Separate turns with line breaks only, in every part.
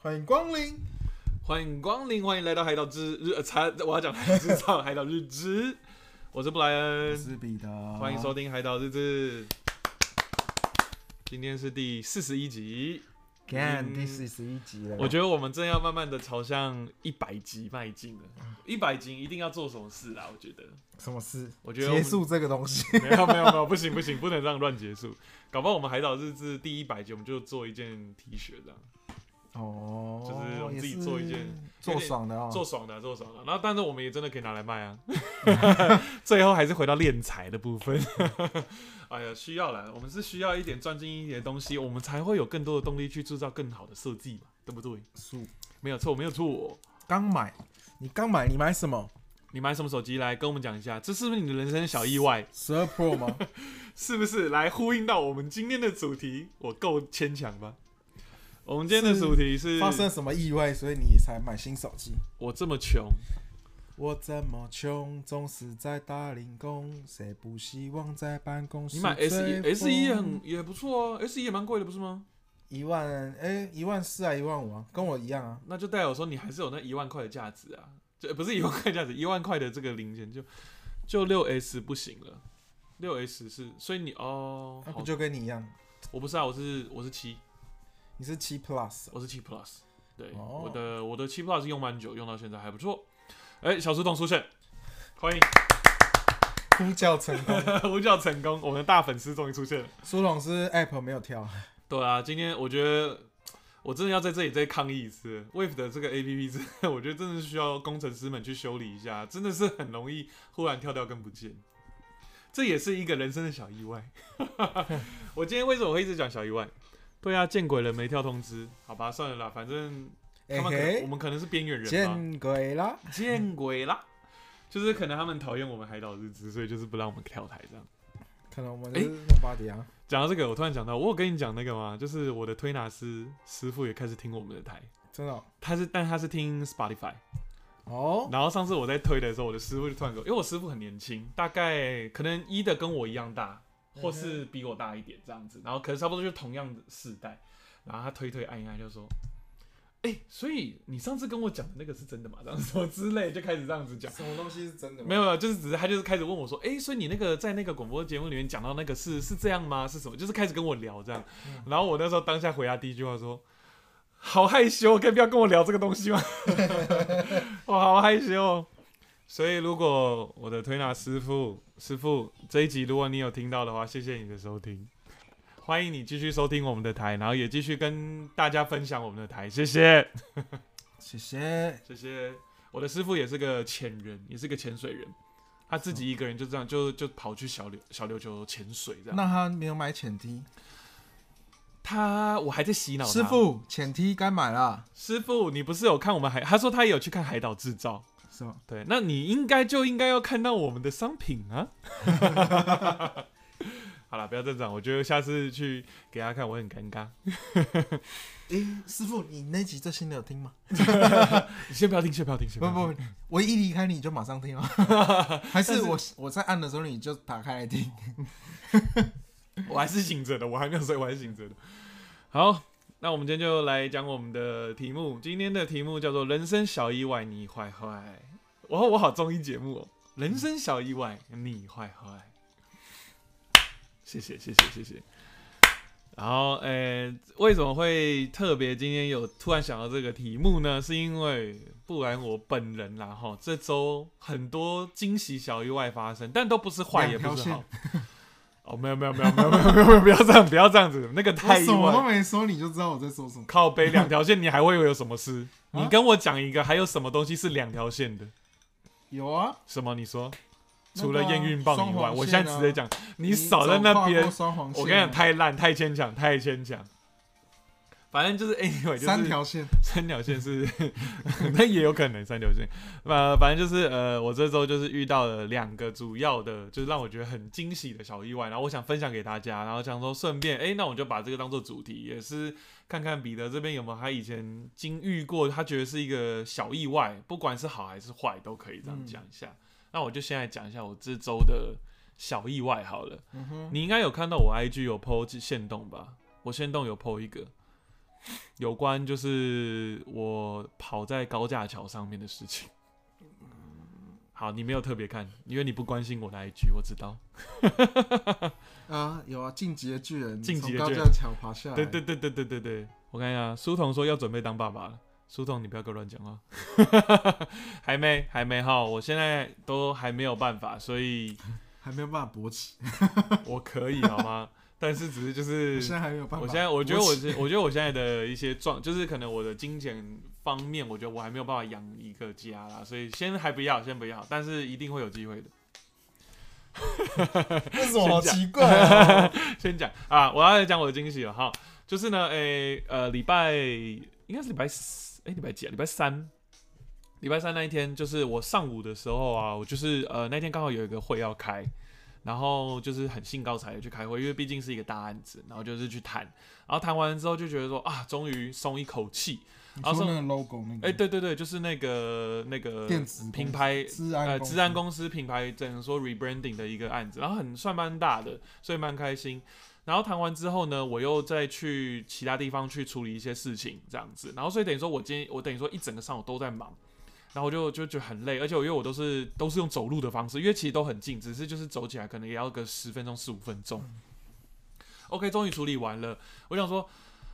欢迎光临，
嗯欢迎光临，欢迎来到海岛之日，呃，才我要讲海之上海岛日之， 我是布莱
我
恩，
是彼得，
欢迎收听海岛日志。今天是第四十一集，
Gan
嗯
第四十一集了，
我觉得我们正要慢慢的朝向一百集迈进了。一百集一定要做什么事啊啦？我觉得，
什么事？
我觉得
结
我们
束这个东西，
没有没有没有，不行不行，不能这样乱结束。搞不好我们海岛日志第一百集，我们就做一件 T 恤这样，
哦，
就是我们自己
也是
做一件
做爽的哦，
做爽的啊、做爽的啊、然后，但是我们也真的可以拿来卖啊。 最后还是回到敛财的部分。 哎呀，需要啦，我们是需要一点赚进一点东西，我们才会有更多的动力去制造更好的设计嘛，对不对？
素
没有错，没有错。
刚买，你刚买，你买什么？
你买什么手机来跟我们讲一下？这是不是你的人生小意外？
十二 Pro 吗？
是不是来呼应到我们今天的主题？我够牵强吧？我们今天的
是
主题是：
发生什么意外，所以你才买新手机？
我这么穷，
我怎么穷，总是在打零工，谁不希望在办公室
你买 S
追
E S
风
E 也很也不错啊，S E 也蛮贵的，不是吗？
一万，哎、一万四啊，一万五啊，跟我一样啊。
那就代表说你还是有那一万块的价值啊，就不是一万块价值，一万块的这个零件就就六 S 不行了，六 S 是，所以你哦，
那
好
不，就跟你一样？
我不是啊，我是我是七，
你是七 Plus，
我是七 Plus，对，
哦
我的我的七 Plus 用蛮久，用到现在还不错。哎、小书童出现，欢迎
呼叫成功。
呼叫成功，我们的大粉丝终于出现了。
苏龙是 App 没有跳，
对啊，今天我觉得。我真的要在这里再抗议一次，Wave 的这个 A P P 真的，我觉得真的是需要工程师们去修理一下，真的是很容易忽然跳掉跟不见，这也是一个人生的小意外。 我今天为什么会一直讲小意外？对啊，见鬼了没跳通知？好吧，算了啦，反正
哎
他们可能、我
嘿，
们可能是边缘人啊吧，
见鬼啦！
见鬼啦！就是可能他们讨厌我们海岛日志，所以就是不让我们跳台这样。
可能我们
哎
是弄巴迪啊，
讲到这个，我突然想到，我有跟你讲那个吗？就是我的推拿师师傅也开始听我们的台。
真的哦
他是，但他是听 Spotify。
哦。
然后上次我在推的时候，我的师傅就突然给我，因为我师傅很年轻，大概可能一的跟我一样大，或是比我大一点这样子。然后可是差不多就是同样的世代。然后他推推按一按就说：“哎、所以你上次跟我讲的那个是真的吗？”这样说之类，就开始这样子讲。
什么东西是真的吗？
没有没有，就是只是他就是开始问我说，哎、所以你那个在那个广播节目里面讲到那个是是这样吗？是什么？就是开始跟我聊这样，
嗯
然后我那时候当下回答第一句话说，好害羞，可以不要跟我聊这个 东西吗？我好害羞。所以如果我的推拿师傅师傅这一集如果你有听到的话，谢谢你的收听。欢迎你继续收听我们的台，然后也继续跟大家分享我们的台，谢谢。
谢谢。
这些我的师傅也是个潜人，也是个潜水人，他自己一个人就这样就就跑去小琉小琉球潜水这样。
那他没有买潜梯，
他我还在洗脑他
师，傅潜梯该买了，
师傅，你不是有看我们海？他说他也有去看海岛制造。
是吗？
对，那你应该就应该要看到我们的商品 啊。好了，不要再讲，我觉得下次去给他看，我会很尴尬。
诶，师傅，你那集最新的有听吗？
你先不要听，先不要听，啊先
不
要听
不，不我一离开你就马上 听啊，还是我我在按的时候你就打开来听？
我还是醒着的，我还没有睡，我还是醒着的。好，那我们今天就来讲我们的题目。今天的题目叫做“人生小意外，你坏坏”。哇，我好综艺节目哦，“人生小意外，你坏坏”。谢谢，谢谢，谢谢。然后，呃，为什么会特别今天有突然想到这个题目呢？是因为不然我本人啦，哈，这周很多惊喜小意外发生，但都不是坏，也
两条
不是
线
好。哦，没有没有没有没有没有没有没有，不要这样，不要这样子，那个
我
太意
什么都
外。
没说，你就知道我在说什么。
靠背两条线，你还会有什么事？
啊
你跟我讲一个，还有什么东西是两条线的？
有啊，
什么？你说？
那个啊
除了验孕棒以
双
外，
黄
我现在
线啊
直接讲，你少在那边
走跨过。双黄线啊，
我跟你讲，太烂，太牵强，太牵强。反正就是 anyway，就是
三条线，
三条线是，那也有可能三条线。呃，反正就是呃，我这周就是遇到了两个主要的，就是让我觉得很惊喜的小意外，然后我想分享给大家，然后想说顺便，哎、那我就把这个当做主题，也是看看彼得这边有没有他以前经遇过，他觉得是一个小意外，不管是好还是坏，都可以这样讲一下。
嗯
那我就先来讲一下我这周的小意外好了。
嗯哼，
你应该有看到我 IG 有 PO 线动吧？我线动有 PO 一个，有关就是我跑在高架桥上面的事情。好，你没有特别看，因为你不关心我那一句，我知道。
啊，有啊，进击的巨人，
进击的
从
巨人
高架桥爬下来，
对对对对对对对，我看一下，苏童说要准备当爸爸了。苏童，你不要给我乱讲话， 还没还没哈，我现在都还没有办法，所以
还没有办法勃起，
我可以好吗？ 但是只是就是
我 现在还没有办法勃起。
我现在我觉得我是，我觉得我现在的一些状，就是可能我的金钱方面，我觉得我还没有办法养一个家啦，所以先还不要，先不要，但是一定会有机会的。
为什么
么好
好
奇
奇怪、 啊？
先讲啊，我要来讲我的惊喜了哈，就是呢，诶、呃，礼拜应该是礼拜四，诶、礼拜几啊？礼拜三，礼拜三那一天，就是我上午的时候啊，我就是呃那天刚好有一个会要开，然后就是很兴高采烈去开会，因为毕竟是一个大案子，然后就是去谈，然后谈完之后就觉得说啊，终于松一口气。
你
啊
说
上
那个 logo 那个，
哎、，对对对，就是那个那个
电子
品牌
治安
呃，
公司
治安公司品牌只能说 rebranding 的一个案子，然后很算蛮大的，所以蛮开心。然后谈完之后呢，我又再去其他地方去处理一些事情，这样子。然后所以等于说我今天我等于说一整个上午都在忙，然后我就就觉得很累，而且我因为我都是都是用走路的方式，因为其实都很近，只是就是走起来可能也要个十分钟十五分钟。OK，终于处理完了，我想说。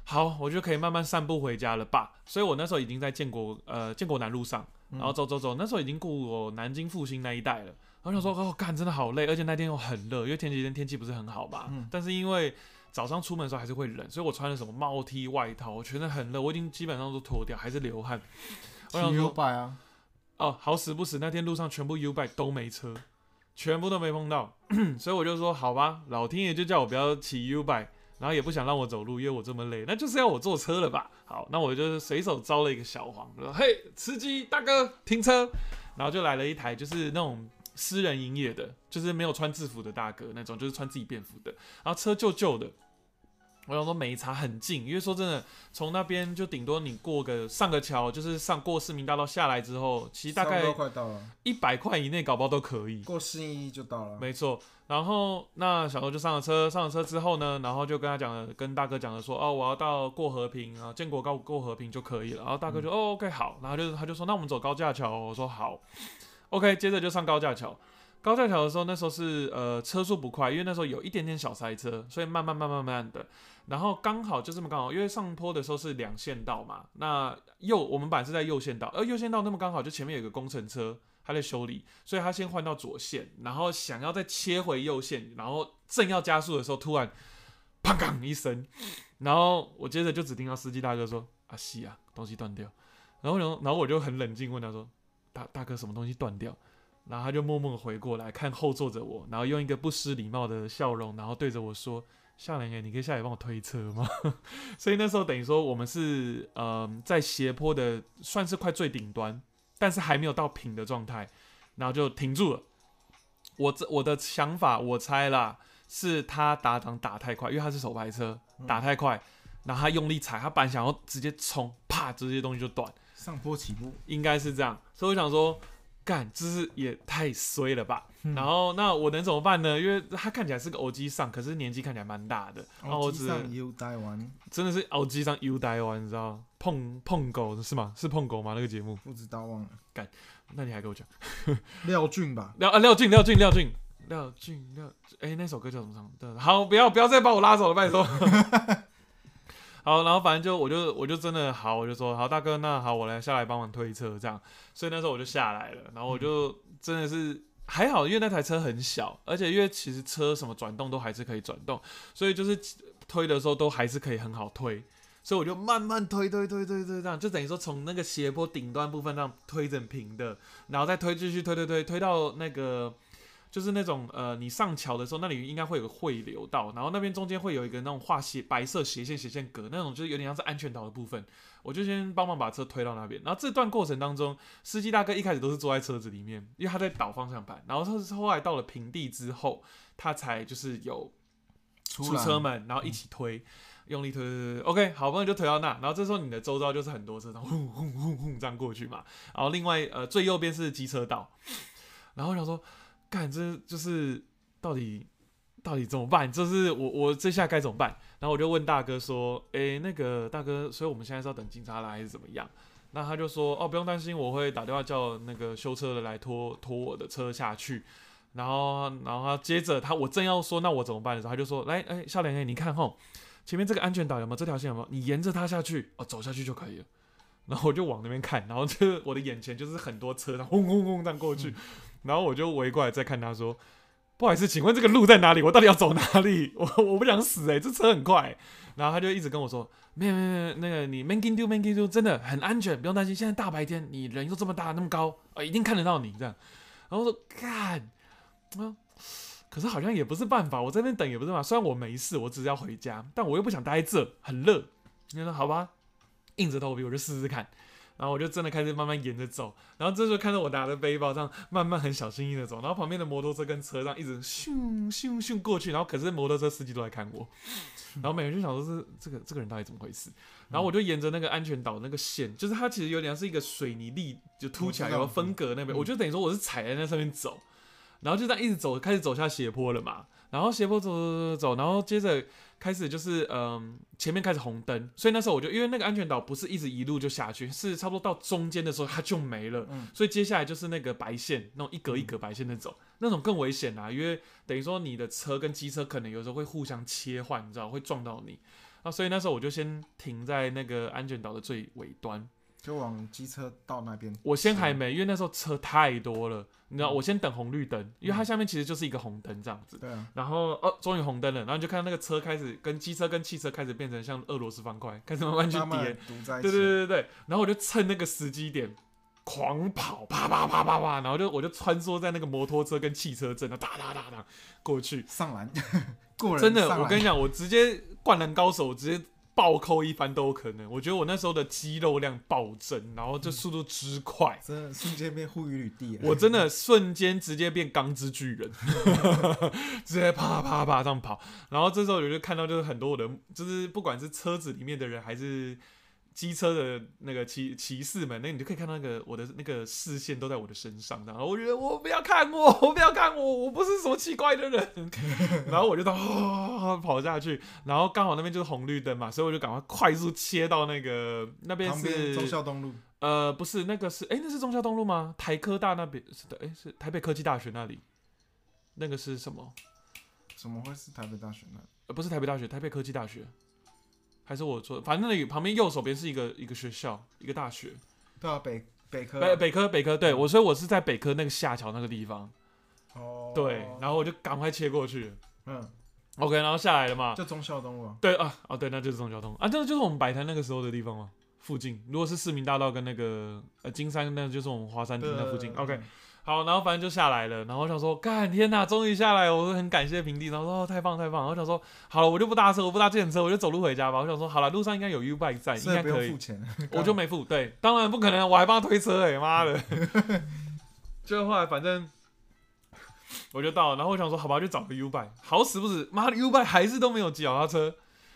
好，我就可以慢慢散步回家了吧。所以我那时候已经在建国呃建国南路上，
嗯
然后走走走，那时候已经过我南京复兴那一带了。然后想说，
嗯
哦，干，真的好累，而且那天又很热，因为前几天天气不是很好吧？
嗯
但是因为早上出门的时候还是会冷，所以我穿了什么帽 T 外套，我全身很热，我已经基本上都脱掉，还是流汗。我想
骑 U
说，
拜啊，
哦，好死不死，那天路上全部 U bike 都没车，全部都没碰到， 所以我就说好吧，老天爷就叫我不要骑 U bike，然后也不想让我走路，因为我这么累，那就是要我坐车了吧？好，那我就随手招了一个小黄，我说嘿，司机大哥停车，然后就来了一台就是那种。私人营业的，就是没有穿制服的大哥那种，就是穿自己便服的，然后车旧旧的，我想说没差很近，因为说真的，从那边就顶多你过个上个桥，就是上过市民大道下来之后，其实大
差不
概
多快到了，
一百块以内搞包都可以。
过新一就到了。
没错，然后那小偷就上了车，上了车之后呢，然后就跟他讲了，跟大哥讲了说，哦，我要到过和平啊，建国高过和平就可以了。然后大哥就、哦，OK 好，然后就他就说，那我们走高架桥哦、我说好，OK，接着就上高架桥。哦高架桥的时候，那时候是呃车速不快，因为那时候有一点点小塞车，哦所以慢慢慢慢慢的，然后刚好就这么刚好，因为上坡的时候是两线道嘛，那右我们本来是在右线道，而右线道那么刚好就前面有一个工程车，他在修理，所以他先换到左线，然后想要再切回右线，然后正要加速的时候，突然砰砰一声，然后我接着就只听到司机大哥说：“啊西啊，东西断掉。”然后然后然后我就很冷静问他说：“啊大大哥，什么东西断掉？”然后他就默默地回过来看后座着我，然后用一个不失礼貌的笑容，然后对着我说：“夏良言，你可以下来帮我推车吗？” 所以那时候等于说我们是嗯、在斜坡的算是快最顶端，但是还没有到平的状态，然后就停住了。我这我的想法，我猜啦，是他打档打太快，因为他是手排车，打太快，然后他用力踩，他本来想要直接冲，啪，直接东西就断。
上坡起步，
应该是这样，所以我想说，干，这是也太衰了吧。然后那我能怎么办呢？因为他看起来是个欧基上，可是年纪看起来蛮大的，然哦后我只
哦上 U 待完，
真的是欧基上 U 呆完，你知道碰碰狗是吗？是碰狗吗？那个节目？
不知道忘了
那你还给我讲
廖俊吧，
廖啊廖俊廖俊廖俊廖俊廖，哎、那首歌叫什么唱的？好，不要不要再把我拉走了，拜托。好，然后反正就我就我就真的好，我就说好大哥，那好，我来下来帮忙推车这样。所以那时候我就下来了，然后我就真的是、还好，因为那台车很小，而且因为其实车什么转动都还是可以转动，所以就是推的时候都还是可以很好推。所以我就慢慢推推推推推，这样就等于说从那个斜坡顶端部分这样推整平的，然后再推继续推推推推到那个就是那种呃，你上桥的时候，那里应该会有个汇流道，然后那边中间会有一个那种画斜白色斜线斜线格那种，就是有点像是安全岛的部分。我就先帮忙把车推到那边，然后这段过程当中，司机大哥一开始都是坐在车子里面，因为他在倒方向盘，然后他是后来到了平地之后，他才就是有出
来
车门，然后一起推，用力推推推推，OK，好不容易就推到那，然后这时候你的周遭就是很多车，然后轰轰轰轰这样过去嘛，然后另外呃最右边是机车道，然后我想说，干这就是到底到底怎么办？就是我我这下该怎么办？然后我就问大哥说，诶、那个大哥，所以我们现在是要等警察来还是怎么样？那他就说，哦，不用担心，我会打电话叫那个修车的来拖拖我的车下去。然后，然后他接着他，我正要说那我怎么办的时候，他就说，来，哎、少年，哎，你看吼，前面这个安全岛有没有？这条线有没有？你沿着它下去，哦，走下去就可以了。然后我就往那边看，然后就是我的眼前就是很多车，然后轰轰轰这样过去，然后我就围过来再看他说，不好意思，请问这个路在哪里？我到底要走哪里？我我不想死哎、这车很快欸、然后他就一直跟我说，没有没有没有，那个你 making do making do 真的很安全，不用担心。现在大白天，你人又这么大那么高，呃，一定看得到你这样。然后我说干，啊，可是好像也不是办法，我在那边等也不是办法。虽然我没事，我只是要回家，但我又不想待在这，很热。你说好吧，硬着头皮我就试试看。然后我就真的开始慢慢沿着走，然后这时候看到我拿着背包这样慢慢很小心翼翼的走，然后旁边的摩托车跟车这样一直咻咻咻过去，然后可是摩托车司机都来看我，然后每个人就想说是这个这个人到底怎么回事，然后我就沿着那个安全岛那个线，就是它其实有点像是一个水泥地就凸起来
我知道嗯
有分隔那边，我就等于说我是踩在那上面走，然后就这样一直走，开始走下斜坡了嘛，然后斜坡走走走走，然后接着开始就是嗯，前面开始红灯，所以那时候我就因为那个安全岛不是一直一路就下去，是差不多到中间的时候它就没了，
嗯
所以接下来就是那个白线，那种一格一格白线那种，那种更危险啊啦、因为等于说你的车跟机车可能有时候会互相切换，你知道会撞到你。啊，所以那时候我就先停在那个安全岛的最尾端，
就往机车道那边。
我先还没，因为那时候车太多了，你知道，
嗯
我先等红绿灯，因为它下面其实就是一个红灯这样子。
对啊，
然后哦，终于红灯了，然后你就看到那个车开始跟机车跟汽车开始变成像俄罗斯方块，开始慢慢去
慢慢
叠。
堵在一起。
对对对对对，然后我就趁那个时机点狂跑，啪啪啪啪啪，然后就我就穿梭在那个摩托车跟汽车阵，然后哒哒哒哒过去。
上 篮过人
真的
上，篮
我跟你讲，我直接灌篮高手，我直接暴扣一番都有可能。我觉得我那时候的肌肉量暴增，然后这速度之快，
真的瞬间变护与履地。
我真的瞬间直接变钢之巨人， 直接啪啪啪这样跑。然后这时候我就看到，就是很多我的，就是不管是车子里面的人，还是机车的那个骑骑士们，那你就可以看到那个我的那个视线都在我的身上。然后我觉得我不要看我，我不要看我，我不是什么奇怪的人。 然后我就到、 啊跑下去，然后刚好那边就是红绿灯嘛，所以我就赶快快速切到那个那边
旁边
是
忠孝东路，
呃，不是，那个是，哎、那是中孝东路吗？台科大那边是的，哎、是台北科技大学那里，那个是什么？
怎么会是台北大学呢？
呃，不是台北大学，台北科技大学，还是我错？反正那里旁边右手边是一个一个学校，一个大学，
对啊，嗯北北科
北北科北科，对我，所以我是在北科那个下桥那个地方，
哦，
对，然后我就赶快切过去
嗯，
，OK，然后下来了嘛，
就忠孝东路啊，
对啊，哦对，那就是中交通啊，这就是我们摆摊那个时候的地方嘛，附近，如果是市民大道跟那个呃金山，那就是我们华山
对
厅嗯那附近
对对
，OK。好，然后反正就下来了，然后我想说，干天哪，终于下来了，我很感谢平地，然后说、哦、太棒太棒，然后我想说，好了，我就不搭车，我不搭电车，我就走路回家吧。我想说，好了，路上应该有 U bike 在，哎应
所以
该
不
可
用
以
付，钱，
我就没付，对，当然不可能，我还帮他推车、欸，哎妈的， 就后来反正我就到了，然后我想说，好吧，就找个 U bike，好死不死，妈的 U bike 还是都没有脚踏车，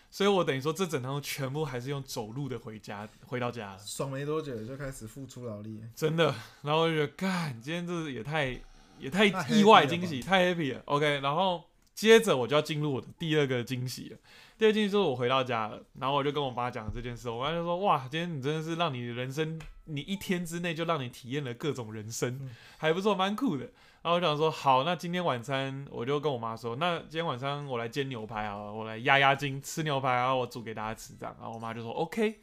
所以我等于说这整趟全部还是用走路的回家，回到家了。
爽没多久就开始付出劳力，
真的。然后我就觉得，干，今天这也太也太
太 happy
意外惊喜，太 happy 了。OK，然后接着我就要进入我的第二个惊喜了。第二个惊喜就是我回到家了，然后我就跟我妈讲这件事，我妈就说：“哇，今天你真的是让你人生，你一天之内就让你体验了各种人生，
嗯
还不错，蛮酷的。”然后我想说，好，那今天晚餐我就跟我妈说，那今天晚上我来煎牛排啊，我来压压惊，吃牛排啊，然后我煮给大家吃这样。然后我妈就说 OK，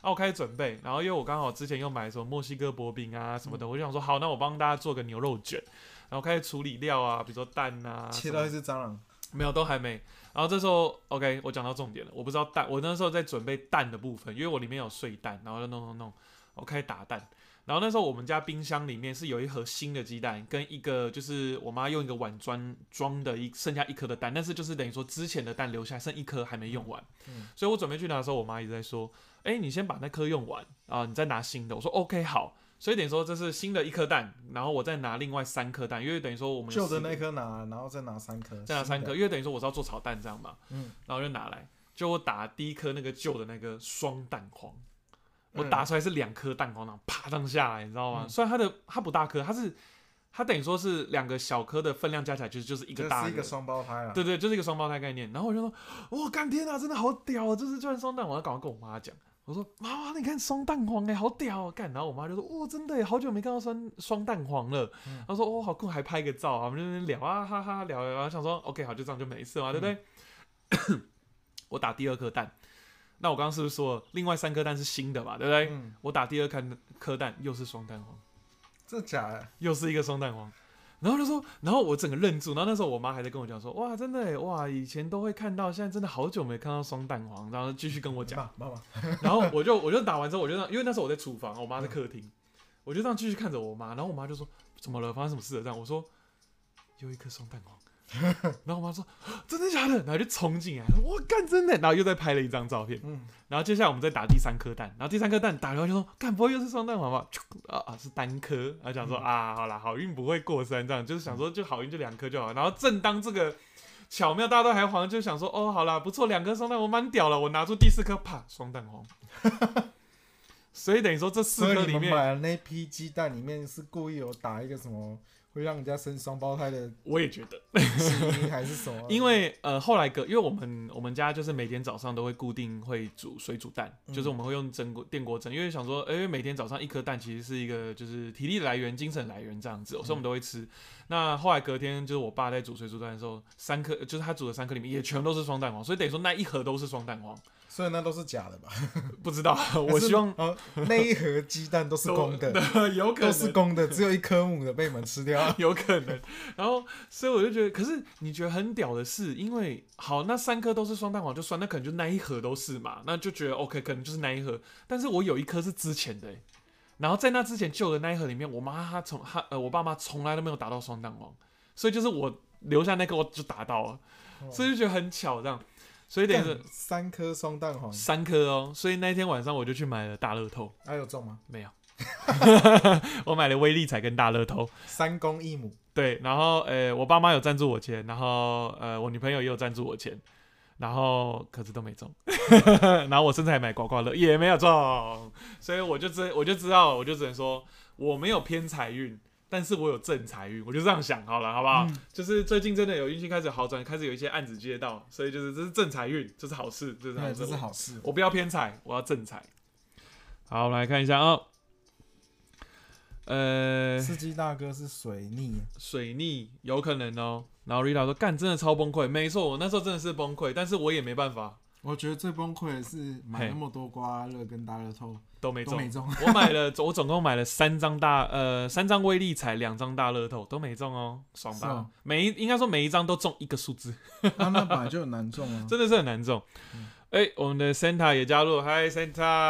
啊，我开始准备，然后因为我刚好之前又买什么墨西哥薄饼啊什么
嗯
的，我就想说好，那我帮大家做个牛肉卷，然后开始处理料啊，比如说蛋啊，
切
什么
到一只蟑螂，
没有，都还没。然后这时候，OK，我讲到重点了。我不知道蛋，我那时候在准备蛋的部分，因为我里面有碎蛋，然后就弄弄弄，我开始打蛋。然后那时候我们家冰箱里面是有一盒新的鸡蛋，跟一个就是我妈用一个碗装装的一剩下一颗的蛋，但是就是等于说之前的蛋留下剩一颗还没用完，
嗯
所以我准备去拿的时候，我妈一直在说：“哎、你先把那颗用完啊、你再拿新的。”我说：“OK，好。”所以等于说这是新的一颗蛋，然后我再拿另外三颗蛋，因为等于说我们有
旧的
四个
那颗拿，然后再拿三颗，
再拿三颗，
新的，
因为等于说我是要做炒蛋这样嘛，
嗯
然后就拿来，就我打第一颗那个旧的那个双蛋黄，我
嗯
打出来是两颗蛋黄，然后啪这样下来，你知道吗？
嗯
虽然它的它不大颗，它是它等于说是两个小颗的分量加起来，其实就是一
这
个大
是一
的
个双胞胎啊。
对对，就是一个双胞胎概念。然后我就说，哇、干天啊，真的好屌啊！就是就算双蛋黄，我要赶快跟我妈讲，我说妈妈，你看双蛋黄哎、好屌、哦！干，然后我妈就说，哦，真的耶，好久没看到双双蛋黄了。
嗯
她说，哦，好酷，还拍个照啊，我们就在那边聊啊，哈哈，聊聊啊，想说，OK，好，就这样就没事嘛，对不对？ 我打第二颗蛋，那我刚刚是不是说了另外三颗蛋是新的嘛，对不对？
嗯，
我打第二颗颗蛋又是双蛋黄。
这假的，
又是一个双蛋黄。然后就说，然后我整个愣住，然后那时候我妈还在跟我讲说，哇，真的耶哇，以前都会看到，现在真的好久没看到双蛋黄，然后继续跟 我讲，
妈妈妈，
然后我就我就打完之后，我就让，因为那时候我在厨房，我妈在客厅，我就这样继续看着我妈，然后我妈就说，怎么了，发生什么事了？这样我说，又一颗双蛋黄，然后我妈说，真的假的？然后就冲进来，我干真的，然后又再拍了一张照片，
嗯，
然后接下来我们再打第三颗蛋，然后第三颗蛋打完就说，干不会又是双蛋黄吧？啊啊是单颗，然后想说、
嗯
啊好啦，好运不会过三这样，就是想说就好运就两颗就好。然后正当这个巧妙大家都还黄，就想说哦好啦不错，两颗双蛋黄蛮屌了，我拿出第四颗啪双蛋黄， 所以等于说这四
所以
颗
你
里
们
面
买的那批鸡蛋里面是故意有打一个什么会让人家生双胞胎的
我也觉得。
基因还是什么？
因为呃，后来隔，因为我们我们家就是每天早上都会固定会煮水煮蛋，
嗯
就是我们会用蒸锅电锅蒸，因为想说，哎、每天早上一颗蛋其实是一个就是体力来源、精神来源这样
嗯
子，所以我们都会吃。那后来隔天就是我爸在煮水煮蛋的时候，三颗就是他煮的三颗里面也全都是双蛋黄，所以等于说那一盒都是双蛋黄。
所以那都是假的吧？
不知道，我
还是
希望
呃那一盒鸡蛋都是公 的，
的，有
都
可能啊
是公的，只有一颗母的被你们吃掉。
有可能。然后，所以我就觉得，可是你觉得很屌的是，因为好，那三颗都是双蛋黄就算，那可能就那一盒都是嘛，那就觉得 OK，可能就是那一盒。但是我有一颗是之前的欸、然后在那之前旧的那一盒里面，我妈她从她呃我爸妈从来都没有打到双蛋黄，所以就是我留下那颗我就打到了，所以就觉得很巧这样。所以等于是
干三颗双蛋黄，
三颗哦，所以那天晚上我就去买了大乐透，
还有中吗？
没有，我买了威力彩跟大乐透。
三公一母，
对，然后呃，我爸妈有赞助我钱，然后呃，我女朋友也有赞助我钱，然后可是都没中， 然后我甚至还买刮刮乐也没有中，所以我就知我就知道，我就只能说我没有偏财运，但是我有正财运，我就这样想好了，好不好？
嗯
就是最近真的有运气开始好转，开始有一些案子接到，所以就是这是正财运，这是好事，这是好
对，
事
这，是好事。
我不要偏财，我要正财。好，我们来看一下啊、呃，
司机大哥是水逆，
水逆有可能哦。然后 Rita 说：“干，真的超崩溃。”没错，我那时候真的是崩溃，但是我也没办法，
我觉得最崩溃的是买那么多刮乐跟大乐透
都没
都
中。
没 中，
我买了，我总共买了三张大呃三张威力彩，两张大乐透都没中哦，爽
是
吧
哦？
每一应该说每一张都中一个数字，
他那本来就很难中 啊。
真的是很难中。
嗯
哎、我们的 Santa 也加入，嗨 Santa，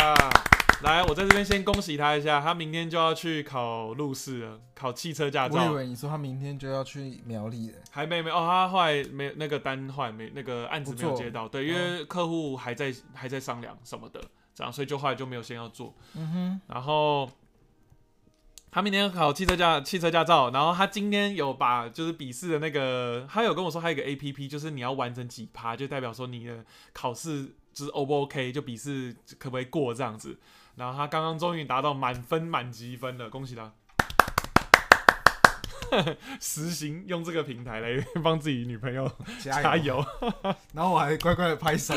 来，我在这边先恭喜他一下，他明天就要去考路试了，考汽车驾
我以
照。
为你说他明天就要去苗栗了，
还没没哦，他后来没那个单后来没那个案子
不
没
做嗯
有接到，对，因为客户还在还在商量什么的，这样，所以就后来就没有先要做。
嗯哼，
然后他明天考汽车驾汽车驾照，然后他今天有把就是笔试的那个，他有跟我说他有一个 A P P，就是你要完成几趴，就代表说你的考试就是 O 不 OK，就笔试可不可以过这样子。然后他刚刚终于达到满分满积分了，恭喜他！ 实行用这个平台来帮自己女朋友
加油！
加油。
然后我还乖乖的拍手，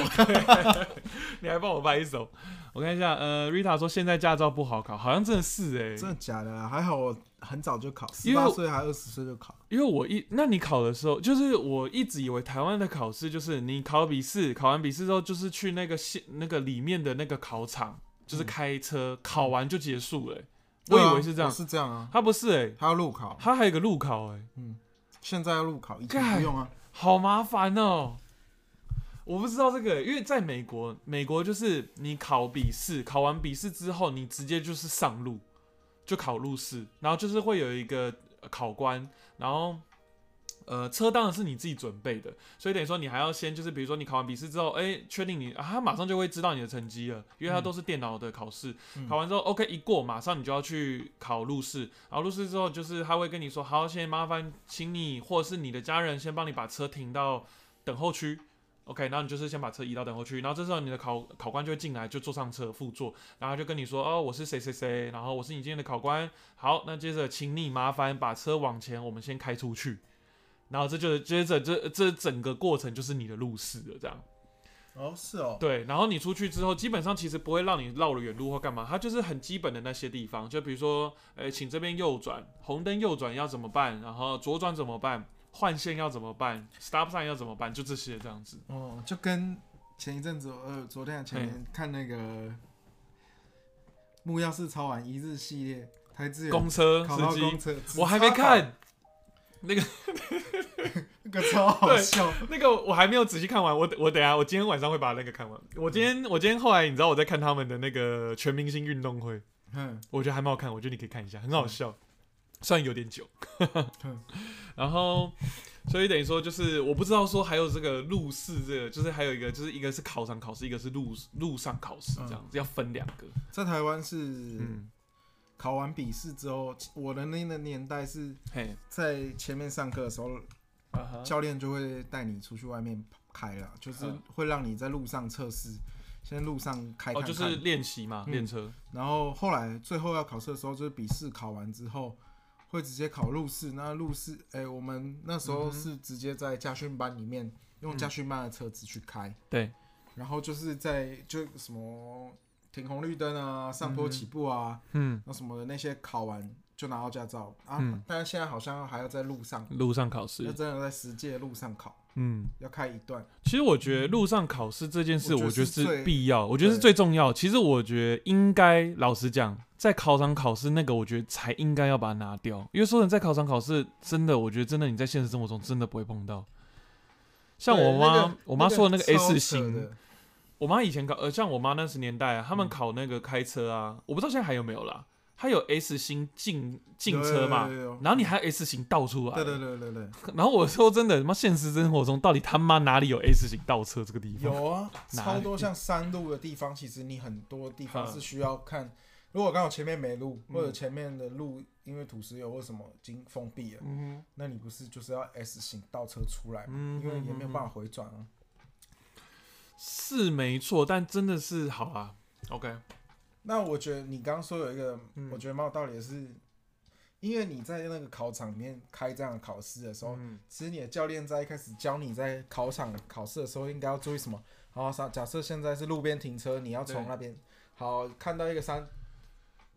你还帮我拍手。我看一下，呃，Rita 说现在驾照不好考，好像真的是哎、
真的假的啊？还好我很早就考，十
因为
八
我
岁还二十岁就考，
因为我一，那你考的时候，就是我一直以为台湾的考试就是你考笔试，考完笔试之后就是去那个县那个里面的那个考场，就是开车、考完就结束了欸、我以为是这
嗯对啊我，
样
是这样啊，
他不是哎、
还要路考，
他还有个路考哎、
现在要路考，以前不用啊，
好麻烦哦、我不知道这个欸、因为在美国，美国就是你考笔试，考完笔试之后，你直接就是上路，就考路试，然后就是会有一个呃考官，然后。呃，车当然是你自己准备的，所以等于说你还要先就是，比如说你考完笔试之后，哎、确定你啊，他马上就会知道你的成绩了，因为它
嗯
都是电脑的考试，
嗯
考完之后 OK 一过，马上你就要去考路试，然后路试之后就是他会跟你说，好，先麻烦请你或者是你的家人先帮你把车停到等候区。 OK，然后你就是先把车移到等候区，然后这时候你的考考官就会进来，就坐上车副座，然后就跟你说，哦，我是谁谁谁，然后我是你今天的考官。好，那接着请你麻烦把车往前，我们先开出去。然后这就是接着这这整个过程就是你的路试了，这样。
哦，是哦，
对，然后你出去之后，基本上其实不会让你绕了远路或干嘛，它就是很基本的那些地方，就比如说，呃，请这边右转，红灯右转要怎么办，然后左转怎么办，换线要怎么办，stop sign 要怎么办，就这些这样子。
哦，就跟前一阵子，呃，昨天还前天看那个木曜四超玩一日系列，台资
公
源
车
考到
司
公
机，
车，
我还没
只差考，
看那个
那个超好
对
笑，
那个，我还没有仔细看完。我我等一下，我今天晚上会把那个看完。我今天我今天后来，你知道我在看他们的那个全明星运动会，
嗯，
我觉得还蛮好看，我觉得你可以看一下，很好笑，虽然有点久
嗯。
然后，所以等于说就是我不知道说还有这个路试这个，就是还有一个就是一个是考场考试，一个是路路上考试这样
嗯
子，要分两个。
在台湾是
嗯，
考完笔试之后，我的那个年代是
嘿，
在前面上课的时候，
啊哈
教练就会带你出去外面开了，就是
嗯
会让你在路上测试，先路上开看
哦，
看，
就是练习嘛，
嗯
练车。
然后后来最后要考试的时候，就是笔试考完之后会直接考路试。那路试，哎、我们那时
嗯
候
哼
是直接在家训班里面用
嗯
家训班的车子去开，
对，
然后就是在就什么停红绿灯啊、上坡
嗯哼
起步啊、
嗯，
那什么的那些考完就拿到驾照啊。
嗯
但是现在好像还要在路上，
路上考
要
试。
真的在实际的路上考，
嗯。
要开一段。
其实我觉得路上考试这件事，我
我
觉
觉
得
得
是
是
必要，我觉得是
对
最重要。其实我觉得应该，老实讲，在考场考试那个，我觉得才应该要把它拿掉。因为说真的，在考场考试，真的，我觉得真的你在现实生活中真的不会碰到。像
对
我妈，
那个
我妈说的那个
超
S
扯
型，
的，
我妈以前考，呃，像我妈那时年代啊，他们
嗯
考那个开车啊，我不知道现在还有没有啦。它有 S 型进进车嘛
有，有有有
然后你还有 S 型倒出来，
对对对对对，
然后我说真的，他妈现实生活中到底他妈哪里有 S 型倒车这个地方？
有啊，
哪
超
里
多像山路的地方，其实你很多地方
嗯
是需要看。如果刚好前面没路，
嗯
或者前面的路因为土石流或什么已经封闭了，
嗯
那你不是就是要 S 型倒车出来吗？
嗯
因为也没有办
法。
法回转啊。
嗯是没错，但真的是好啊。OK，
那我觉得你刚刚说有一个，
嗯
我觉得蛮有道理的是，因为你在那个考场里面开这样的考试的时候，
嗯
其实你的教练在一开始教你在考场考试的时候应该要注意什么。好，假假设现在是路边停车，你要从
对
那边好看到一个山，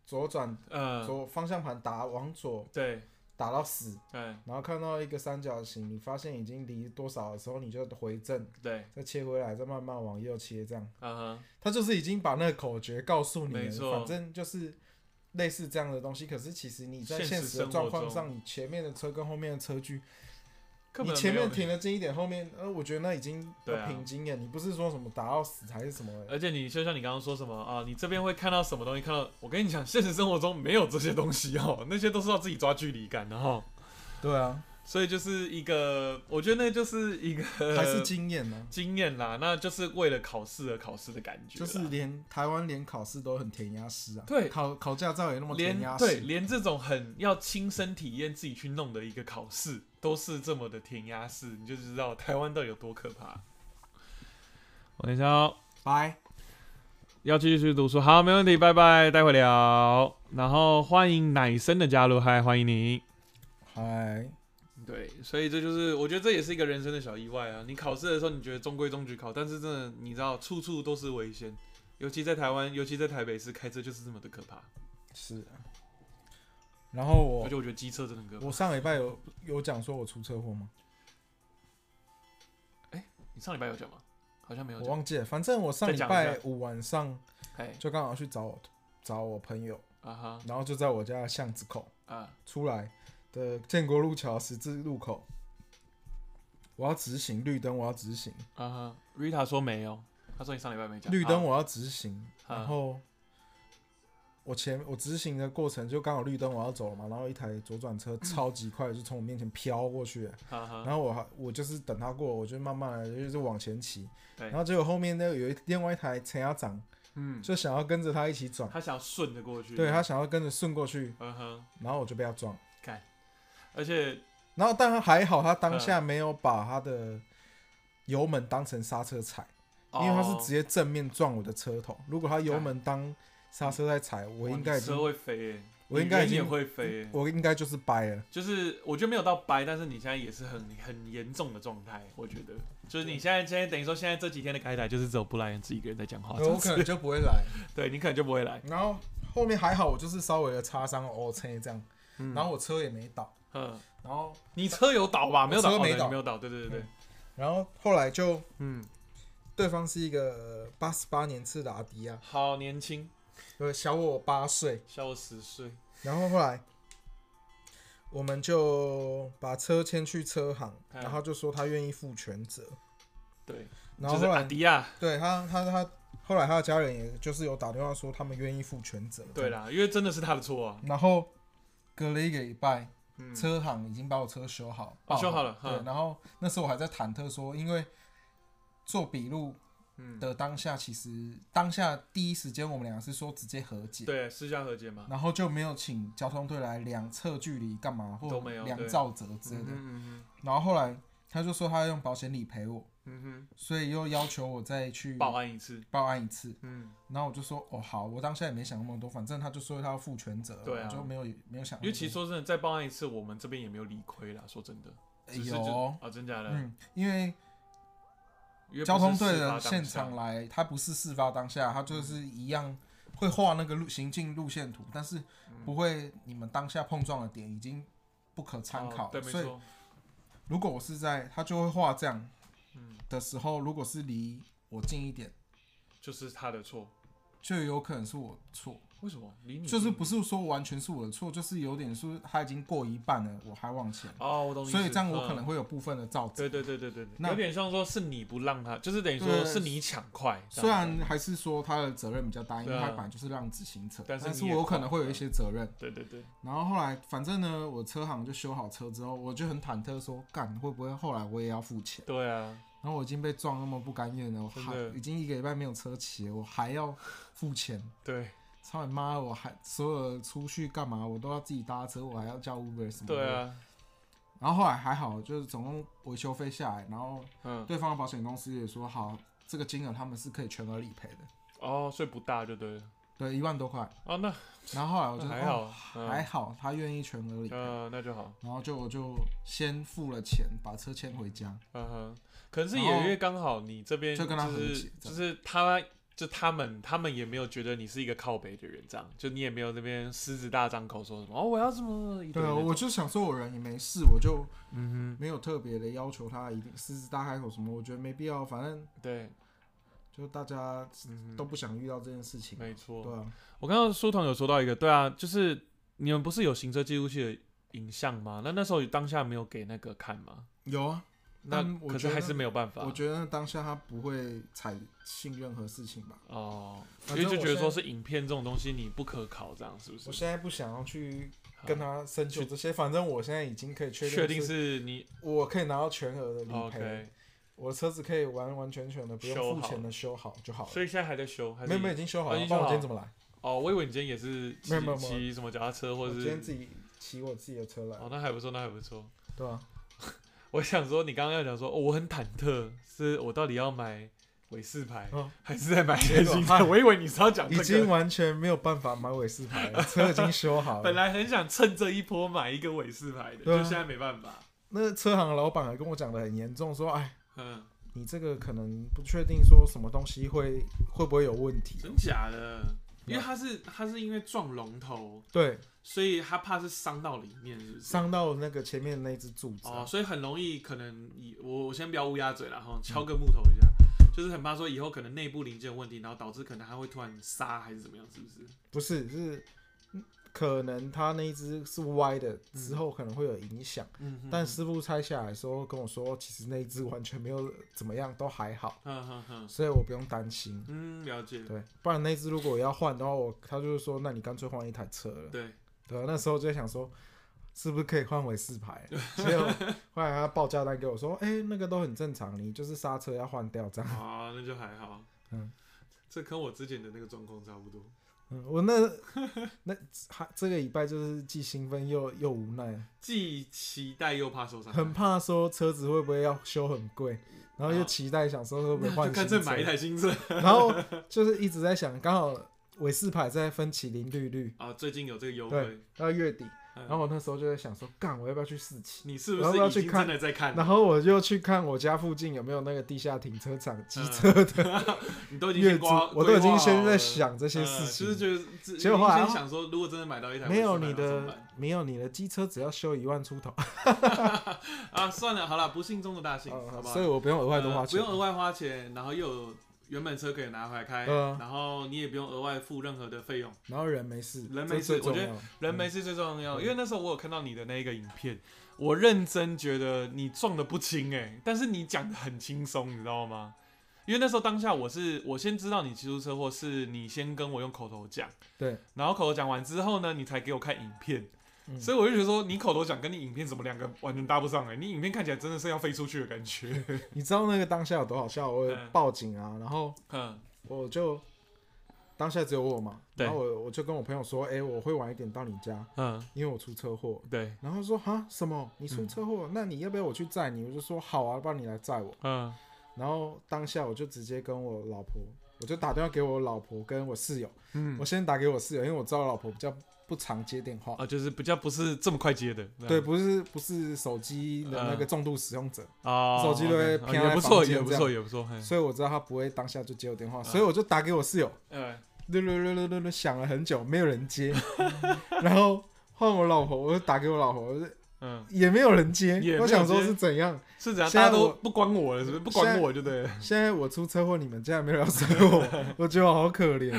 左转
呃，
左方向盘打往左
对
打到死，
对呃
然后看到一个三角形，你发现已经离多少的时候，你就回正，
对，
再切回来，再慢慢往右切，这样。
嗯哼，
他就是已经把那个口诀告诉你
没
了，
错
反正就是类似这样的东西。可是其实你在
现
现
实
实
生
的
活
状况
中
上，你前面的车跟后面的车距
根
你
本
前
没有
面停，的近一点，后面呃，我觉得那已经
对啊
要
呃
凭经验。你不是说什么打到死还是什么的？
而且你就像你刚刚说什么啊，你这边会看到什么东西？看到我跟你讲，现实生活中没有这些东西哦，那些都是要自己抓距离感的哈。
对啊，
所以就是一个，我觉得那就是一个
还是经验呢、
经验啦，那就是为了考试而考试的感觉啦，啊
就是连台湾连考试都很填鸭式啊，
对
考考驾照也那么填
连
鸭
对
式，
连这种很要亲身体验自己去弄的一个考试，都是这么的填鸭式，你就知道台湾到底有多可怕。我等一下哦
拜。
要继续读书，好，没问题，拜拜，待会聊。然后欢迎奶生的加入，嗨，欢迎你。
嗨，
对，所以这就是我觉得这也是一个人生的小意外啊。你考试的时候你觉得中规中矩考，但是真的你知道处处都是危险，尤其在台湾，尤其在台北市开车就是这么的可怕。
是。然后
而
我
且我觉得机车真的很可怕。
我上礼拜有有讲说我出车祸吗？
你上礼拜有讲吗？好像没有
我
讲。
忘记了，反正我上礼
再讲一
拜五晚上
哎，
就刚好去找我找我朋友，
啊哈
然后就在我家的巷子口
啊，
出来的建国路桥十字路口，我要直行绿灯，我要直行。
啊哈，Rita 说没有，她说你上礼拜没讲。
绿灯
好，
我要直行，
嗯
然后我前我直行的过程就刚好绿灯我要走了嘛，然后一台左转车超级快就从我面前飘过去了，
哈哈，
然后我还我就是等他过，我就慢慢的就是往前骑，
对
然后结果后面那个有一另外一台陈家长
嗯，
就想要跟着他一起转，
他想要顺着过去。
对他，想要跟着顺过去，
嗯哼，
然后我就被他撞，
而且嗯
然后但他还好他当下没有把他的。油门当成刹车踩，因为
哦
他是直
接
接正面撞我的车头。如果他油门当刹车在踩，我应该已
车
经，
会飞耶，
我应该已
你
经
人也，会飞耶。
我应该就是掰了。
就是我觉得没有到白，但是你现在也是很很严重的状态，我觉得。就是你现在现在等于说现在这几天的开台就是只有布莱恩自己一个人在讲话，
我可能就不会来。
对你可能就不会来。
然后后面还好，我就是稍微的擦伤 OK 这样，
嗯
然后我车也没倒，
嗯，
然后
你车有倒吧？没有倒，
我车
哦
没
对
倒
你没有倒，对对对对，
然后后来就
嗯，
对方是一个八十八年次的阿迪啊，
好年轻，
呃，小我八岁。
小我十岁，
然后后来我们就把车牵去车行，
嗯
然后就说他愿意负全责。
对，
然
就
后
是
后
阿
来
迪亚，
对他他他后来他的家人也就是有打电话说他们愿意负全责。
对啦，因为真的是他的错啊，
然后隔了一个礼拜，
嗯，
车行已经把我车修好，
哦
报
修好了
对，
嗯
然后那时候我还在忐忑说，因为做笔录
嗯，
的当下，其实当下第一时间我们俩是说直接和解，
对，私下和解嘛，
然后就没有请交通队来量测距离干嘛，或
都没有
量
对
照责之类
嗯
的。
哼
然后后来他就说他要用保险理赔我，
嗯哼，
所以又要求我再去
报案一次，
报案一次。
嗯，
然后我就说哦好，我当下也没想那么多，反正他就说他要负全责，
对啊
我就没有没有想那么多。
因为其实说真的，再报案一次，我们这边也没有理亏啦，说真的，
呃
只是
有
就
哦，
啊，真假的，
嗯，因为
因为不是
交通队
事发
的
当
现
下嗯
场来，他不是事发当下，他就是一样会画那个路行进路线图，但是
嗯
不会你们当下碰撞的点已经不可参考
哦对，
了。
没
所以
错，
如果我是在，他就会画这样
嗯，
的时候，如果是离我近一点，
就是他的错。
就有可能是我错，
为什么？离你
就是
近
不是说完全是我的错，就是有点说他已经过一半了，我还往前，
哦，我懂你意思。
所以这样我
嗯
可能会有部分的造成。
对对对对对，对
那
有点像说是你不让他，就是等于说
对
是你抢快。这
虽
样
然还是说他的责任比较大，因为
对啊
他本来就是让自行车，
但
但
是
是
你
我
也
有可能
跨
会有
了
一些责任。
对啊对对，
然后后来，反正呢，我车行就修好车之后，我就很忐忑说，干会不会后来我也要付钱？
对啊，
然后我已经被撞那么不甘愿了，我
真
还
的
已经一个礼拜没有车骑了，我还要付钱，
对
操你妈！我还所有的出去干嘛，我都要自己搭车，我还要叫 Uber 什么的。
对。啊，
然后后来还好，就是总共维修费下来，然后
嗯，
对方的保险公司也说好，这个金额他们是可以全额理赔的，
哦，所以不大就对了。
对，一万多块。
哦，那
然后后来我就
那还
哦
好，嗯
还好他愿意全额理赔，
嗯，那就好，
然后就我就先付了钱，把车牵回家。
嗯哼。可是也
然后
因为刚好你这边
就跟他和
是
解这
就
样
是他。就他们，他们也没有觉得你是一个靠北的人，这样就你也没有那边狮子大张口说什么哦，我要什么一堆
对
那
啊，
种。
我就想说我人也没事，我就
嗯
没有特别的要求他一定狮子大开口什么，我觉得没必要，反正
哼，对，
就大家
嗯
都
哼，
不想遇到这件事情。
没错。
对啊，
我刚刚书童有说到一个，对啊，就是你们不是有行车记录器的影像吗？那那时候当下没有给那个看吗？
有啊，
那
但我
可是
觉得
还是没有办法。
我觉得当下他不会采信任何事情吧。
哦，因
反
为
正
就觉得
我
说
现在
是影片这种东西你不可考，这样是不
我
是？
现在不想要去跟
好
他深究这些，反正我现在已经可以确定，
确定是你
我可以拿到全额的理赔，
OK，
我的车子可以完完全全的不
修
用付
好
钱的修好就好了。
所以现在还在修，还是
没有没有，已经修好
哦已
了，
经
不然我
修
今
好
天怎么来？
哦，我以为你今天也是骑
没有没有没有
骑什么脚踏车或
我
者
今天自
是
己骑我自己的车来，
哦，那还不错，那还不错。
对啊。
我想说，你刚刚要讲说、哦，我很忐忑，是我到底要买尾四牌，
哦
还是在买
结果
新牌？我以为你是要讲这
已
个。
经完全没有办法买尾四牌了，车已经修好
本
了。
来很想趁这一波买一个尾四牌的，
对啊
就现在没办法。
那车行的老板还跟我讲的很严重，说：“哎，
嗯，
你这个可能不确定说什么东西会会不会有问题。
真假的？因为他是他是因为撞龙头，”
对，
所以他怕是伤到里面，是不是？
伤到那个前面那只柱子啊、
哦，所以很容易可能以我我先不要乌鸦嘴了哈，
嗯
敲个木头一下，就是很怕说以后可能内部零件有问题，然后导致可能它会突然杀还是怎么样，是不是？
不是是。可能他那一只是歪的，之后可能会有影响。
嗯哼
但师傅拆下来的时候跟我说，其实那一只完全没有怎么样，都还好，
哼嗯哼哼，
所以我不用担心。
嗯，了解，
对，不然那只如果要换的话，我他就是说，那你干脆换一台车了。
对，
对啊，那时候就在想说，是不是可以换回四 排？结果后来他报价单给我说，哎、那个都很正常，你就是刹车要换掉这样。
啊，那就还好，
嗯，
这跟我之前的那个状况差不多，
嗯我那 那还这个礼拜就是既兴奋又又无奈，
既期待又怕受伤害，
很怕说车子会不会要修很贵，然后又
啊
期待想说会不会
那
换
就干
新
脆
车，
买一台新车
然后就是一直在想，刚好韦斯牌在分麒麟绿绿
啊！最近有这个优
对
惠，
到月底，
嗯
然后我那时候就在想说，干我要不要去四期？
你是
我要
不
不
是
要
已
去
经
看
真的在看了？嗯
然后我就去看我家附近有没有那个地下停车场机车的
你都已经
月
先
租
刮，，
我都已
规划
经先
好
在
了
想这些事
呃
情
就是。觉得自，
嗯结果后来啊
你先想说，如果真的买到一台，
没有
我是买
你
到怎么
的
办，
没有你的机车，只要修一万出头，
啊，算了，好了，不幸中的大幸，好不好？
哦 所以我不用额外多花
呃
钱。
不用额外花钱，然后又有原本车可以拿回来开，
嗯
然后你也不用额外付任何的费用，
然后人没事，
人
这最
没事我
重
觉
要
人没事最重要。因为那时候我有看到你的那个影片，我认真觉得你撞的不轻哎、但是你讲的很轻松，你知道吗？因为那时候当下我是我先知道你骑出车祸，是你先跟我用口头讲，
对，
然后口头讲完之后呢，你才给我看影片，
嗯
所以我就觉得说你口头讲跟你影片怎么两个完全搭不上哎、你影片看起来真的是要飞出去的感觉，
你知道那个当下有多好笑？我有
嗯
报警啊，然后
嗯，
我就当下只有我嘛，
对
然后我我就跟我朋友说，哎、我会晚一点到你家，
嗯，
因为我出车祸。
对，
然后他说哈什么？你出车祸？那你要不要我去载你？我就说好啊，不然你来载我。
嗯，
然后当下我就直接跟我老婆，我就打电话给我老婆跟我室友。
嗯
我先打给我室友，因为我知道我老婆比较不常接电话。
啊，就是比较不是这么快接的，
对，不是不是手机的那个
嗯
重度使用者，
啊，
手机都会
哦
偏
也
在
不
房
错，
间
也不
这
错，也不错，嘿
所以我知道他不会当下就接我电
嗯
话，所以我就打给我室友，
呃，
噜噜噜噜噜噜响了很久，没有人 接，然后换我老婆，我就打给我老婆，我就
嗯，
也没有人接
也没有，接
我想说是怎样？
是怎样？
现
大
在
家都
我嗯
不管我了，是不是？不
现
管
在
我 就对了，
现在我出车祸，你们竟然没有要载 我，我觉得我好可怜。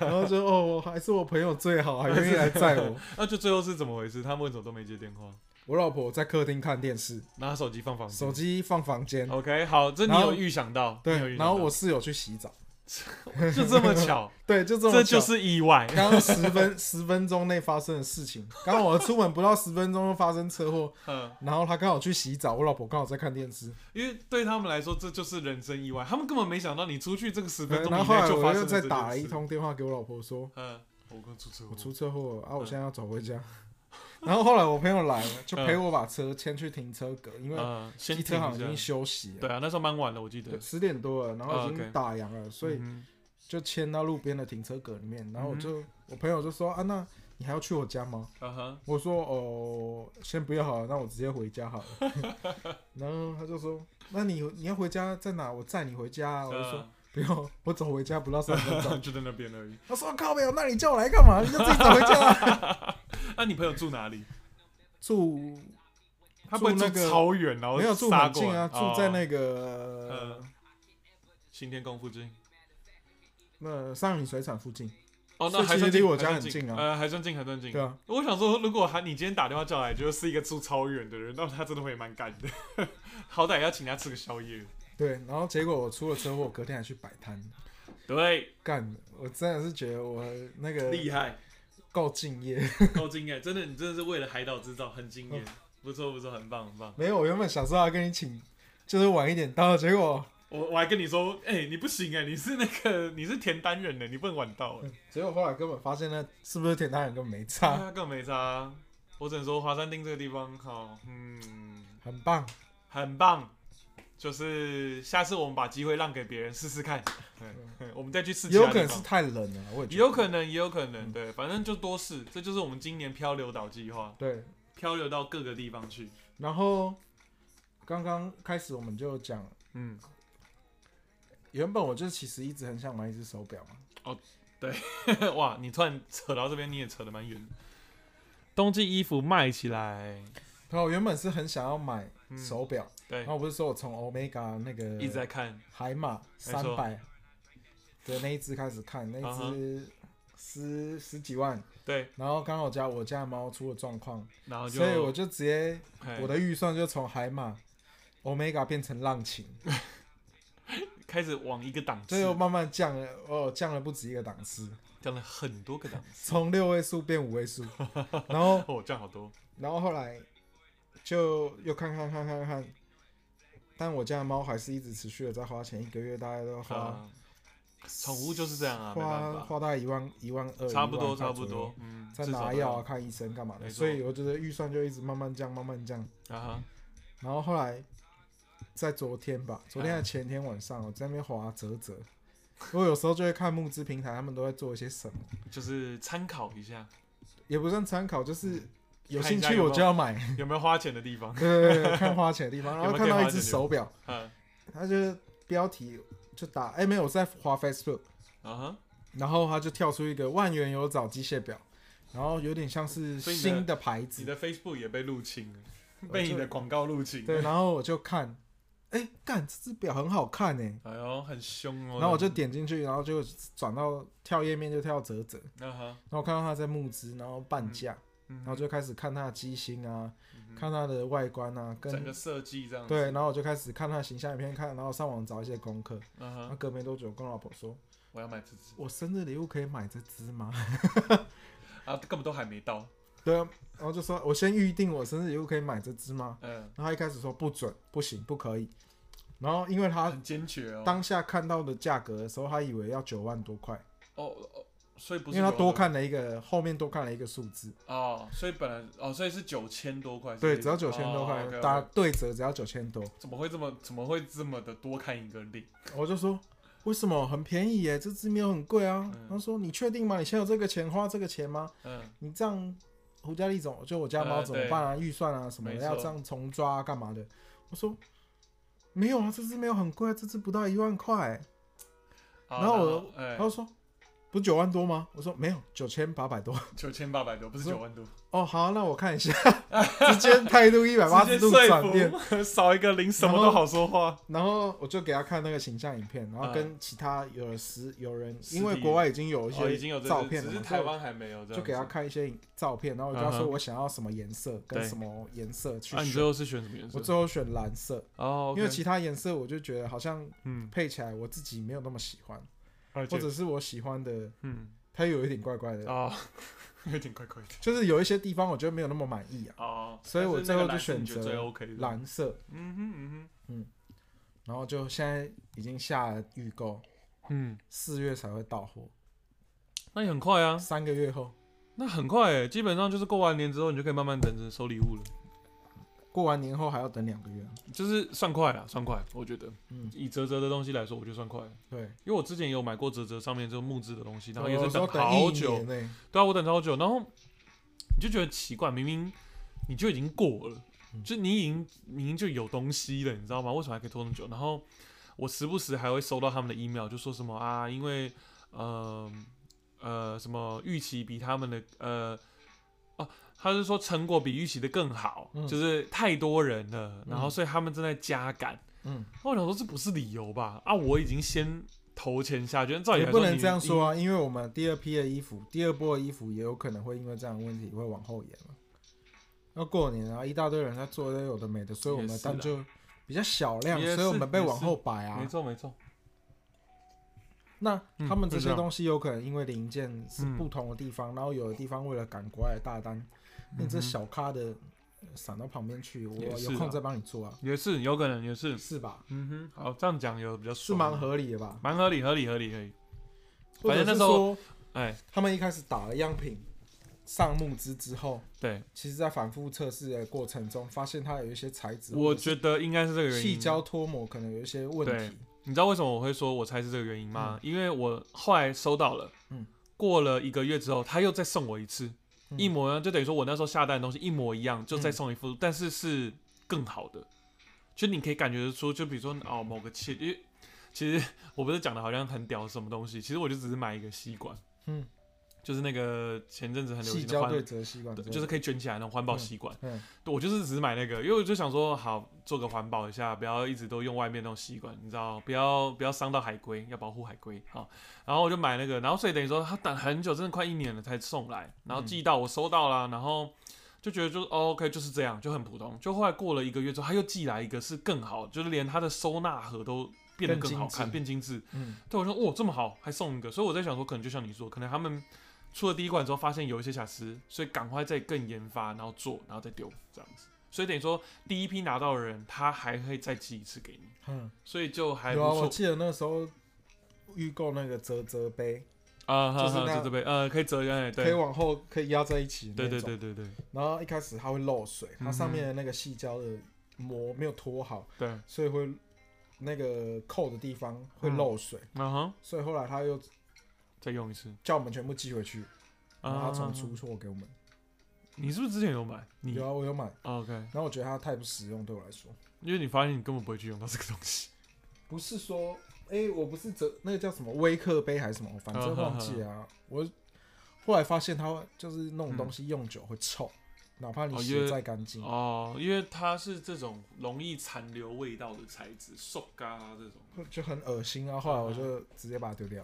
然后就哦，我还是我朋友最好，还愿意来载 我。
那就最后是怎么回事？他们为什么都没接电话？
我老婆在客厅看电视，
拿手机放房间
手机放房间，
OK，好，这你
然后
有预想到，你有
对，
预
然
想
后
到
我室友去洗澡，
就这么巧，
对， 就这么
这就
巧。
是意外。
刚刚十分十分钟内发生的事情，刚好我出门不到十分钟就发生车祸，
嗯，
然后他刚好去洗澡，我老婆刚好在看电视，
因为对他们来说，这就是人生意外，他们根本没想到你出去这个十分
对
钟
然后后
以内
来
就
我
发
又
生
再
这
打了
件
一
事。
通电话给我老婆说，
嗯，我刚出车祸，
我出车祸了啊，我
嗯
现在要走回家。 然后后来我朋友来了，就
嗯
陪我把车牵去停车格，因为
嗯，先
机
停
车行已
一
经
下。
休息
对
了，
啊，那时候蛮晚的，我记得
对，。十点多了，然后已
哦，OK
经打烊了，所以
嗯
就牵到路边的停车格里面。然后我就我朋友就说啊，那你还要去我家吗？
哼啊哈，
我说哦，先不要好了，那我直接回家 好了。然后他就说，那你你要回家在哪？我载你回家啊、我就
呃
说不用，我走回家不到三分钟。
嗯 就在那边而已。
他说哦靠没有，那你叫我来干嘛？你就自己走回家 啊、
那你朋友住哪里？
住
他不会
住
住
那个
超远，然后
没有住
杀
很
过
近啊，
来
住在那
哦
个、
呃新天宫附近。
那三明水产附近，
哦，
所
那
以
还
其
算
实离
近
我
还
家
算
很近啊
呃，还算近，还算近
对。啊，
我想说，如果他你今天打电话叫来，就是一个住超远的人，那他真的会蛮干的， 好歹要请他吃个宵夜。
对。啊然后结果我出了车祸，隔天还去摆摊，
对，
干，我真的是觉得我那个
厉害，
够敬业。
够敬业，真的，你真的是为了海岛制造很敬
嗯
业，不错不错，很棒很棒。
没有，我原本想说要跟你请，就是晚一点到，结果。
我我还跟你说，哎、你不行哎、你是那个你是田单人呢、你不能晚到、哎欸。
嗯结果后来根本发现那是不是田大人根本没
他、
差，
更没差啊，我只能说华山町这个地方好，嗯，
很棒。
很棒。就是下次我们把机会让给别人试试看，对， 我们再去试其
也有
他
可
地
能是
方。
太冷了，我也觉
也
得
有可能，也有可能，
嗯
对，反正就多试，这就是我们今年漂流岛计划，
对。
漂流到各个地方去。
然后刚刚开始我们就讲，
嗯，
原本我就其实一直很想买一只手表嘛，
哇，你突然扯到这边，你也扯得蛮远的。冬季衣服卖起来，
然啊后我原本是很想要买
嗯
手表，
对
然，后我不是说我从 Omega 那个
一直在看，
海马
没
三
错
百的那一只开始看，那
啊
一
哈
只十十几万，
对，
然后刚好家我家的猫出了状况，
然哦后就
所以我就直接
嘿
我的预算就从海马 Omega 变成浪 琴，
开始往一个档
这又
次，
慢慢降了，哦，降了不止一个档次，
降了很多个档次，
从六位数变五位 数，然后
哦，降好多，
然后后来就又看看看看看，但我家的猫还是一直持续的在花钱，一个月大概都花
啊，宠物就是这样啊，没
花
办法，
花大概一万一万二，
啊差不
1
多
万八
差不
左右
多，，嗯，
再
至少
拿
都
药
要
啊，看医生干嘛
没
的，
错
所以我觉得预算就一直慢慢降，慢慢降。
啊哈，
然后后来在昨天吧，昨天还前天晚上，我在那边滑泽泽，我有时候就会看募资平台，他们都在做一些什么，
就是参考一下
也不算参考，就是有
嗯看一
兴
下
趣
有没
我
有
就要买，
有没有花钱的地方，
对对对，看花钱的地方，然
有
后
没有
看
可以
到
花
一只
钱的
手表，
嗯，
它就是标题就打，哎、没有，我在滑 Facebook，
啊哈，
然后它就跳出一个万元有找机械表。然后有点像是
所以你的
新的牌子
你，的 Facebook 也被入侵了，
我
被你
就
的广告入侵，
对，，然后我就看，哎、干这只表很好看哎、
哎呦，很凶哦，
然后我就点进去，然后就转到跳页面就跳泽泽，
啊哈，
然后看到它在募资，然后
嗯
半价，
然
然后就开始看它的机芯啊，看它的外观啊，
嗯整个
跟
设计这样，
对，，然后我就开始看它的形象影片，看，然后上网找一些功课。
嗯
然后
哼，
隔没多久，跟我老婆说，
我要买这只
我生日礼物可以买这只吗？
啊，根本都还没到，
对啊，然后就说我先预定我生日礼物可以买这只吗？
嗯，
然后他一开始说不准，不行，不可以。然后因为他
很坚决哦，
啊当下看到的价格的时候，他以为要九万多块，
哦哦，所以不
因
是
为他
有
多
的
看了一个后面多看了一个数字，
哦，所以本来哦，所以是九千多块，
对，只要九千
哦
多块，打
大
对折只要九千多，
怎么会这么怎么会这么的多看一个零？
我就说为什么很便宜耶，这只没有很贵啊
嗯。
他说你确定吗？你现在有这个钱花这个钱吗？
嗯，
你这样胡家丽总就我家猫
呃
怎么办啊？预算啊什么
没
的
错
要这样重抓啊干嘛的？我说没有啊，这只没有很贵啊，这只不到一万块。
好
然后我
哎
他，就说不是九万多吗？我说没有，九千八百多。
九千八百多，不是九万多，
哦，好，那我看一下， 直接态度一百八
直
十
接
度
说
转变。
服，少一个零，什么都好说话。
然后我就给他看那个形象影片，然后跟其他有的实有人，因为国外已经有一
哦，
些
已经有这
照片了
只
嘛，
是台湾还没有
所以
这样子。
就给他看一些照片，然后我就跟他
嗯
说
哼
我想要什么颜色跟
对
什么颜色去
啊，你最
选。
后是选什么颜色
我？最后选蓝色，
哦，OK，
因为其他颜色我就觉得好像
嗯，
配起来我自己没有那么喜欢，
或
或者嗯是我喜欢的
嗯
它有一点怪怪的，
哦， 有点怪怪的
就是有一些地方我觉得没有那么满意啊，
哦，
所以我最后就
但是那个蓝色
选
你觉
择
得最 OK 的。
蓝色。
嗯哼嗯
然后就现在已经下了预购，
哼嗯，
四月才会到货，
那也很快啊，
三个月后
那很快哎，基本上就是过完年之后，你就可以慢慢等着收礼物了。
过完年后还要等两个月啊。
就是算快了，算快，我觉得
嗯，
以泽泽的东西来说，我觉得算快了，
对，
因为我之前也有买过泽泽上面这个木质的东西，然后也
有
是
时候等
好
一
久
年，呢。
对啊，我等超久，然后你就觉得奇怪，明明你就已经过了，
嗯
就你已经明明就有东西了，你知道吗？为什么还可以拖那么久？然后我时不时还会收到他们的 email，就说什么啊，因为呃呃什么预期比他们的呃。哦，他是说成果比预期的更好，
嗯
就是太多人了，然后
嗯
所以他们正在加赶，
嗯，
那我想说这不是理由吧？啊，我已经先投钱下去，照理
也
来
不
说
能
你
这样说啊，因为我们第二批的衣服，第二波的衣服也有可能会因为这样的问题会往后延嘛。要过年啊，一大堆人在做这有的没的，所以我
也
们
是啦
单就比较小量，
也是
所以我们被往后摆
应。没
啊。
错没错，
那
嗯
他们这
是
些
这样
东西有可能因为零件是
嗯
不同的地方，然后有的地方为了赶国外的大单，那你这
嗯哼
小咖的呃闪到旁边去，我
也是
有
啊
空再帮你做啊，
也是有可能也是，
是吧？
嗯哼，好，这样讲有比较
是
爽
蛮合理的吧？
蛮合理合理合理合理，
或
反正
者
那
是
时候
说
哎，
他们一开始打了样品上木资之后，
对，
其实在反复测试的过程中，发现它有一些材质，
我觉得应该是这个
得
原因。
细胶脱模可能有一些问题。
你知道为什么我会说我猜是这个原因吗？因为我后来收到了，
嗯
过了一个月之后，他又再送我一次，
嗯
一模一样，就等于说我那时候下单的东西一模一样，就再送一副，但是是更好的，就你可以感觉得出，就比如说哦某个
嗯
切，因为其实我不是讲的好像很屌什么东西，其实我就只是买一个吸管，
嗯，
就是那个前阵子很流
细
行的
胶
环
对折吸管之
对
类的，
就是可以卷起来那种环保吸管。
嗯
对我就是只是买那个，因为我就想说，好做个环保一下，不要一直都用外面那种吸管，你知道，不要不要伤到海龟，要保护海龟好，然后我就买那个，然后所以等于说他等很久，真的快一年了才送来，然后
嗯
寄到我收到啦，然后就觉得就、哦、OK 就是这样，就很普通。就后来过了一个月之后，他又寄来一个是更好，就是连它的收纳盒都变得
更
更好
精致
看，变精致。
嗯，
对我说哦哇这么好，还送一个，所以我在想说，可能就像你说，可能他们出了第一罐之后发现有一些瑕疵，所以赶快再更研发，然后做，然后再丢这样子。所以等于说，第一批拿到的人，他还会再寄一次给你，
嗯
所以就还不
有啊，我
错。
记得那时候预购那个折折杯，
啊，哈
就是
哈，
那
就这边，呃，可以折开，
可以
对，
往后可以压在一起的
对
那
对
种
对。对对
然后一开始它会漏水，它上面的那个细胶的膜没有脱好，
对，嗯
所以会那个扣的地方会漏水，
啊哈，
所以后来他又
再用一次，
叫我们全部寄回去，然后
啊，
他重出货给我们。
你是不是之前有买？你哦
有啊，我有买，
OK，
然后我觉得它太不实用对我来说。
因为你发现你根本不会去用到这个东西，
不是说，哎、我不是折那个叫什么威克杯还是什么，反正忘记了啊。我后来发现它会就是那种东西用久会臭，哪怕你
哦因
洗
为
得再干净，
哦，因为它是这种容易残留味道的材质，塑胶啊这种，
会就很恶心啊。后来我就直接把它丢掉，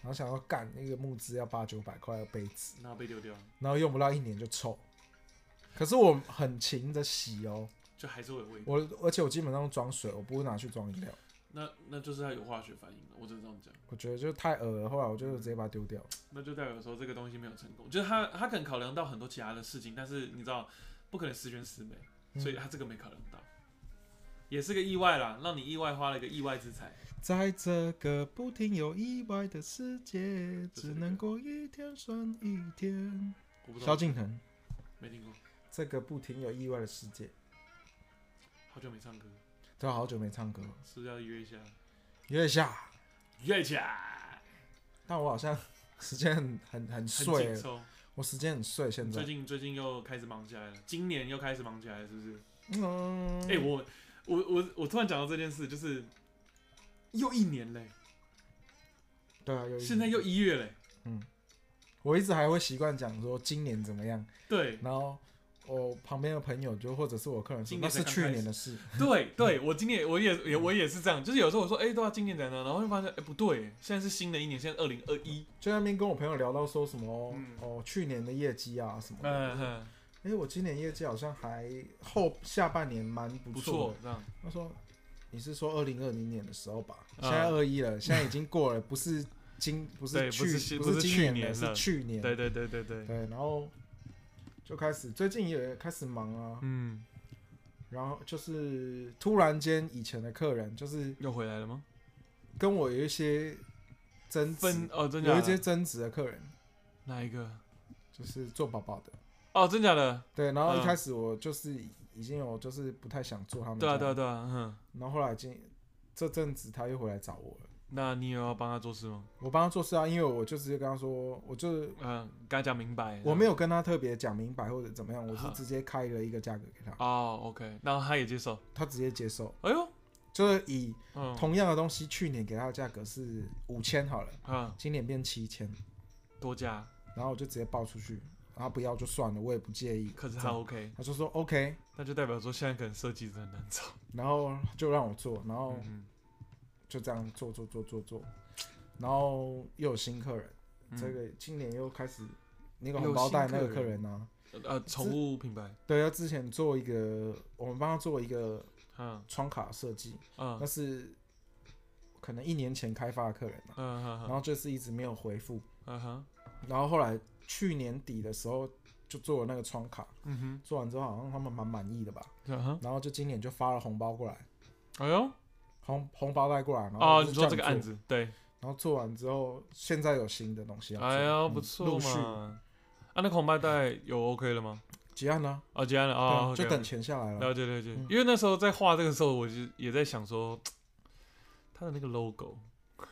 然后想要干那个木质要八九百块的杯子，
那被丢掉
然后用不到一年就臭。可是我很勤的洗哦，
就还是会有味道，
我而且我基本上装水，我不会拿去装饮料。
那那就是它有化学反应了，我只能这样讲。
我觉得就太恶了，后来我就直接把它丢掉。
那就代表说这个东西没有成功，就是他他可能考量到很多其他的事情，但是你知道不可能十全十美，
嗯
所以他这个没考量到，也是个意外啦，让你意外花了一个意外之财。
在这个不停有意外的世界，
这是
只能
哪个
过一天算一天。
我不知
萧
道，
敬腾，
没听过，
这个不停有意外的世界，
好久没唱歌，
都好久没唱歌了，
是不是要约一下？
约一下。
约一下，
但我好像时间很很很
很
碎
紧，凑。
我时间很碎。现
最
在，
近最近又开始忙起来了，今年又开始忙起来了，是不是？
嗯，
哎、我我我我突然讲到这件事，就是又一年嘞、
对啊，有一
现在又一月嘞、
我一直还会习惯讲说今年怎么样，
对，
然后我旁边的朋友就或者是我客人说
今
那
年才
是
刚
去
开
年
始
的事，
对对，我今年我也也我也是这样，就是有时候我说，哎、对啊，今年怎样？然后就发现，哎、不对，现在是新的一年，现在二零二一，
就在那边跟我朋友聊到说什么、
嗯
哦去年的业绩啊什么的，
嗯哼，
哎、我今年业绩好像还后下半年蛮
不
不错
错
的。，
这样，
他说：“你是说二零二零年的时候吧？
嗯
现在二一了，现在已经过了，不是今不
对
是去
不是
不
不是
今
去
年
年
了，
了
是去年。
对对对对对，
对然后就开始最近也开始忙啊，
嗯，
然后就是突然间以前的客人就是
又回来了吗？
跟我有一些争
分
执，
哦，真假
有一些
的？
争执的客人
哪一个？
就是做宝宝的，
哦，真假的？
对，然后一
嗯
开始我就是已经有就是不太想做他们
对啊
家
对啊对啊，嗯，
然后后来今这阵子他又回来找我了，
那你有要帮他做事吗？
我帮他做事啊，因为我就直接跟他说，我就是
嗯，跟他讲明白，
我没有跟他特别讲明白或者怎么样，我是
好
直接开了一个价格给他，
哦，OK，然后他也接受，
他直接接受，
哎呦，
就是以
嗯，
同样的东西，去年给他的价格是五千好了，
嗯，
今年变七千，
多加，
然后我就直接报出去，然后不要就算了，我也不介意。
可是
这
他
样
OK，
他就说 OK，
那就代表说现在可能设计真的很难找，
然后就让我做，然后
嗯
就这样做做做做做，然后又有新客人，
嗯
这个今年又开始那个
有
红包袋
新
那个
客
客
人
人啊。
呃，宠物品牌，
对，他之前做一个，我们帮他做一个
嗯
窗卡设计，
嗯
那是可能一年前开发的客人、啊、
嗯嗯
然后就是一直没有回复，
嗯哼，
然后后来去年底的时候就做了那个窗卡，
嗯哼，
做完之后好像他们蛮满意的吧，
嗯哼，
然后就今年就发了红包过来，
哎呦，
红红包袋过来，然后
哦，
就
你
是叫
说
你
这个
做
案，子，对，
然后做完之后现在有新的东西要做，
哎呀，
嗯
不错
陆续
嘛。啊，那红包袋有 OK 了吗？
结案了、
啊，结案了
对
啊
啊，，就
OK，
等钱下来了，
了解了解
嗯。
因为那时候在画这个时候，我就也在想说，他的那个 logo，哇，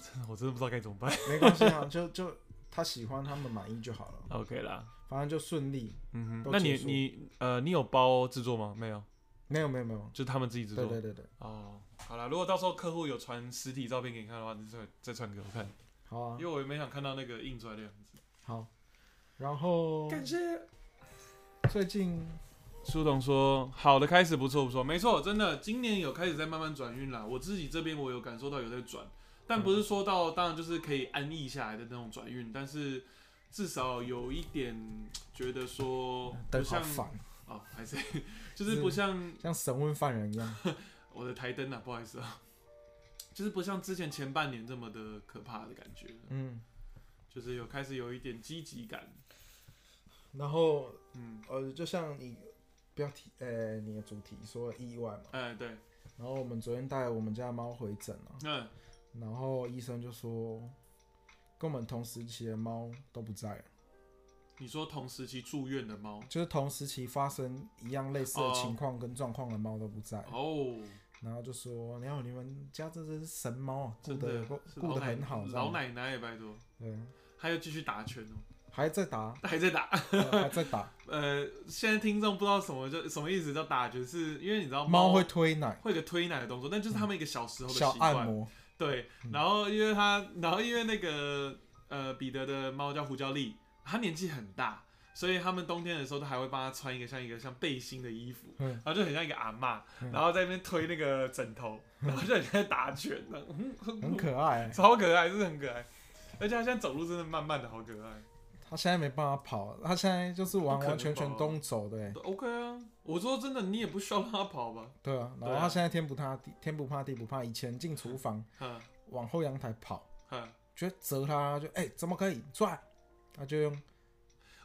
真的我真的不知道该怎么办。
没关系啊， 就就他喜欢他们满意就好了，
OK 啦，
反正就顺利，
嗯哼，
都
那你
结束
你呃，你有包制作吗？没有，
没有没有没有，
就是他们自己制
对对对
作。
对，
哦，好啦，如果到时候客户有传实体照片给你看的话，你再再传给我看，
好啊
因为，我也没想看到那个印出来的样子。
好，然后
谢。
最近
苏董说：“好的开始不错不错，没错，真的，今年有开始在慢慢转运啦。我自己这边我有感受到有在转，但不是说到当然就是可以安逸下来的那种转运，但是至少有一点觉得说不
灯好
像
烦，
哦，还是 就是不像
像神问犯人一样。
我的台灯啊，不好意思啊，就是不像之前前半年这么的可怕的感觉，
嗯，
就是有开始有一点积极感，
然后
嗯，
呃，就像你标题呃你的主题说意外嘛，
哎对，
然后我们昨天带我们家的猫回诊啊，
嗯，
然后医生就说，跟我们同时期的猫都不在了，
你说同时期住院的猫
就是同时期发生一样类似的情况跟状况的猫都不在，
哦，
然后就说，你看你们家这只神猫啊，顾
真的
得
是
顾
老
顾得
奶
很好，这
老
样
奶奶也拜托，
对，
还要继续打拳哦，
还在打，
还在打。
呃还在打，
呃，现在听众不知道什么就什么意思叫打拳，是因为你知道
猫
会
会推奶，
会有个推奶的动作，但就是他们一个小时候的
小
习
按
惯。
摩，
对，
嗯
然后因为他，然后因为那个呃彼得的猫叫胡椒粒，它年纪很大，所以他们冬天的时候都还会帮它穿一个像一个像背心的衣服，
嗯
然后就很像一个阿嬷，
嗯
然后在那边推那个枕头，然后就很像在打拳呢，嗯
很可爱、
超可爱，是很可爱。而且它现在走路真的慢慢的好可爱，
它现在没办法跑，它现在就是完
不可能
完全全
跑
东走的、欸，
都 OK 啊。我说真的，你也不需要让它跑吧，
对啊，然
对
后
啊
它现在天不怕地，天不怕地不怕，以前进厨房
嗯
往后阳台跑，
嗯，
就责它，就哎、欸怎么可以出来，它就用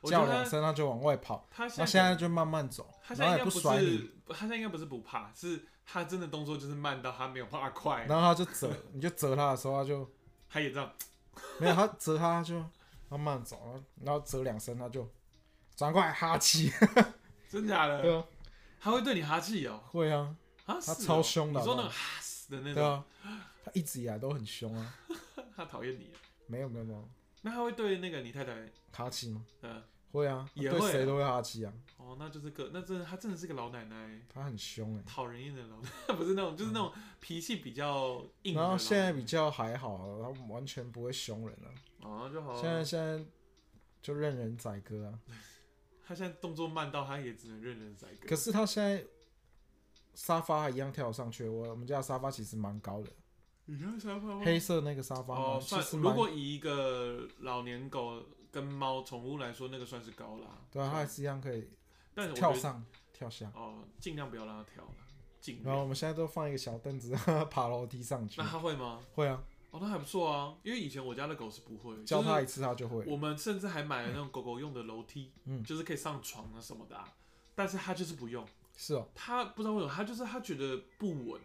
我觉
叫
得
两
它
声，它就往外跑，
它
那
现
现
在
在就慢慢走
他，现
然后
在
也
应该
不
不
甩你，
是，他现在应该不是不怕，是他真的动作就是慢到他没有办法快
然，后它就折，你就折它的时候，它就
他也这样，
没有，它折它它就慢慢走，然后然后折两声，它就转过来哈气，
真假的？
对啊，
他会对你哈气哦，
会啊，
啊，
它
是哦
超凶的
你说那
好
种
不
哈死的那
对
种，
啊，它一直以来都很凶啊，
他讨厌你，
没有没有没有，
那他会对那个你太太，
哈气吗？
嗯，
会啊，它
也
对
会啊
谁都会哈气啊，
哦，那就是个，那真的他真的是个老奶奶，
它很凶哎、
讨人厌的老奶 奶，不是那种，就是那种脾气比较硬的啊
然
老奶
后
奶。
现在比较还好啊，然后完全不会凶人了、啊
哦，就好了，
现在现在就任人宰割啊。
他现在动作慢到他也只能任人宰割
可。是他现在沙发还一样跳上去，我我们家的沙发其实蛮高的，
你看小泡泡
黑色那个沙发嘛
哦，
其
算
实
如
蛮
果以一个老年狗跟猫宠物来说，那个算是高啦。
对啊，他还是一样可以
但是我觉
跳
得
上跳下。
哦，尽量不要让它跳了，尽
然后
量。
我们现在都放一个小凳子， 让它爬楼梯上去
那。它会吗？
会啊，
哦，那还不错啊，因为以前我家的狗是不会，
教
就是
它一次它就会。
我们甚至还买了那种狗狗用的楼梯，
嗯
就是可以上床啊什么的、啊，但是它就是不用，
是哦，
它不知道为什么，它就是它觉得不稳。